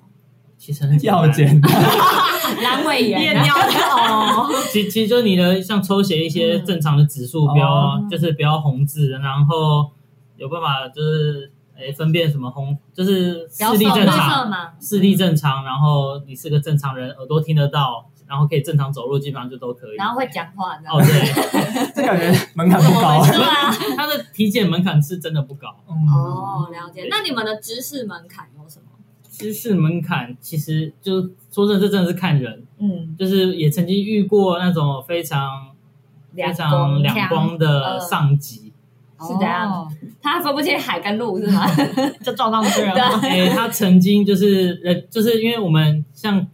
Speaker 4: 其实很简单
Speaker 5: 要，简单，
Speaker 3: 阑尾炎啊。
Speaker 6: 尿哦，
Speaker 4: <laughs> 其其实就是你的像抽血一些正常的指数，
Speaker 5: 嗯
Speaker 4: 不要、就是不要红字，然后有办法就是诶分辨什么红，就是视力
Speaker 3: 手
Speaker 4: 正
Speaker 3: 色
Speaker 4: 常，
Speaker 3: 嘛，
Speaker 4: 视力正常，然后你是个正常人，耳朵听得到，然后可以正常走路，基本上就都可以。
Speaker 3: 然后会讲话的。
Speaker 4: 哦，对， <laughs>
Speaker 5: 这感觉门槛不高。
Speaker 3: <laughs> 是吧？
Speaker 4: 它的体检门槛是真的不高，
Speaker 5: 嗯，
Speaker 3: 哦，了解。那你们的知识门槛有什么？
Speaker 4: 知识门槛其实就是说真的，这真的是看人，
Speaker 3: 嗯，
Speaker 4: 就是也曾经遇过那种非常非常两光的上级，
Speaker 3: 是怎
Speaker 6: 哦
Speaker 3: 样？他分不清海跟路是吗？啊
Speaker 6: 就撞上去了吗？
Speaker 4: 诶、他曾经就是人，就是因为我们像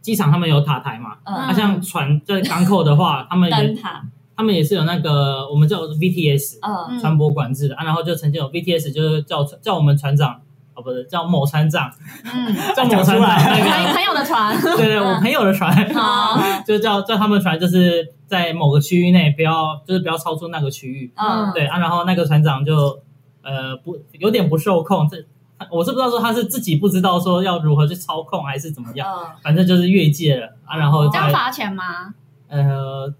Speaker 4: 机场他们有塔台嘛，
Speaker 3: 嗯
Speaker 4: 啊，像船在港口的话，他们
Speaker 3: 灯
Speaker 4: 也
Speaker 3: 塔，
Speaker 4: 他们也是有那个我们叫 VTS
Speaker 3: 嗯
Speaker 6: 嗯
Speaker 4: 船舶管制的啊，然后就曾经有 VTS 就是叫叫我们船长哦不是叫某船长，
Speaker 7: 嗯，
Speaker 4: 叫某船长那
Speaker 7: 朋朋友的船，
Speaker 4: 个，对对，我朋友的船，
Speaker 3: 哦
Speaker 7: 好，
Speaker 4: 就叫叫他们船，就是在某个区域内不要，就是不要超出那个区域，
Speaker 3: 哦
Speaker 7: 嗯，
Speaker 4: 对啊，然后那个船长就呃不有点不受控，这我是不知道说他是自己不知道说要如何去操控还是怎么样，
Speaker 7: 嗯，
Speaker 4: 反正就是越界了啊，然后
Speaker 7: 这样
Speaker 4: 再
Speaker 7: 罚钱吗？
Speaker 4: 呃。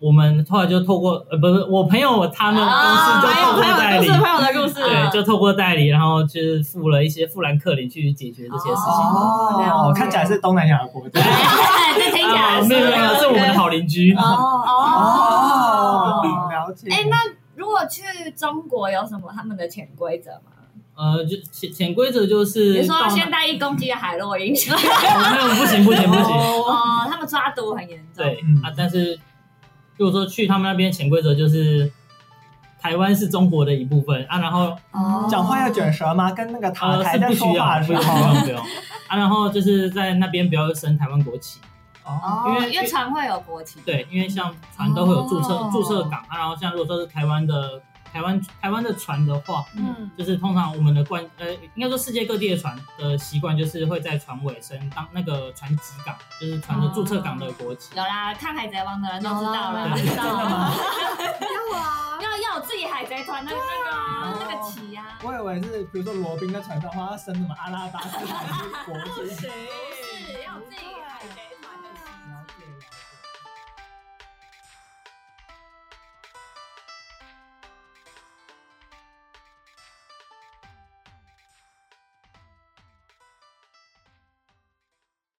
Speaker 4: 我们后来就透过呃，不是我朋友他们
Speaker 7: 啊
Speaker 4: 公司就透过代理，
Speaker 6: 友的故事
Speaker 3: 哦
Speaker 4: 对，就透过代理，然后就是付了一些富兰克林去解决这些事情。
Speaker 5: 哦，看起来是东南亚的国家。
Speaker 3: 哎
Speaker 7: 这听起来
Speaker 4: 啊，
Speaker 7: 是嗯
Speaker 4: 没有没有，是我们的好邻居。
Speaker 3: 哦
Speaker 7: 哦
Speaker 5: 哦，了解。
Speaker 3: 哎那如果去中国有什么他们的潜规则吗？
Speaker 4: 呃，就潜潜规则就是
Speaker 3: 比如说
Speaker 4: 到
Speaker 3: 要
Speaker 4: 哪
Speaker 3: 先带一公斤的海洛因，
Speaker 4: <laughs> 哦没有不行不行不行，
Speaker 3: 哦，他们抓毒很严重。
Speaker 4: 对
Speaker 5: 嗯
Speaker 4: 啊，但是如果说去他们那边潜规则就是台湾是中国的一部分啊，然后
Speaker 7: 哦
Speaker 5: 讲话要卷舌吗？跟那个塔
Speaker 4: 呃
Speaker 5: 台
Speaker 4: 是
Speaker 5: 在
Speaker 4: 不
Speaker 5: 说
Speaker 4: 需
Speaker 5: 话
Speaker 4: 要
Speaker 5: 的
Speaker 4: 不
Speaker 5: 时
Speaker 4: 用不
Speaker 5: 候，
Speaker 4: 用不用啊，然后就是在那边不要升台湾国旗。
Speaker 5: 哦，
Speaker 3: 哦，
Speaker 4: 因
Speaker 3: 因
Speaker 4: 为
Speaker 3: 为因为船会有国旗。
Speaker 4: 对，因为像船都会有注册、
Speaker 7: 哦
Speaker 4: 注册港啊，然后像如果说是台湾的台湾台湾的船的话，
Speaker 7: 嗯，
Speaker 4: 就是通常我们的惯呃，应该说世界各地的船的习惯就是会在船尾升当那个船籍港，就是船的注册港的国旗。
Speaker 3: 有啦，看海贼王的人都知道
Speaker 4: 有
Speaker 3: 了，
Speaker 4: 啦
Speaker 3: 知
Speaker 5: 真
Speaker 3: 道
Speaker 5: 的
Speaker 3: 了
Speaker 5: 吗。
Speaker 6: 要啊，
Speaker 3: 要要有自己海贼团的那个啊那个旗啊。
Speaker 5: <laughs> 我以为是比如说罗宾在船上，他要升什么阿拉巴斯还是国旗。
Speaker 3: 是要有自己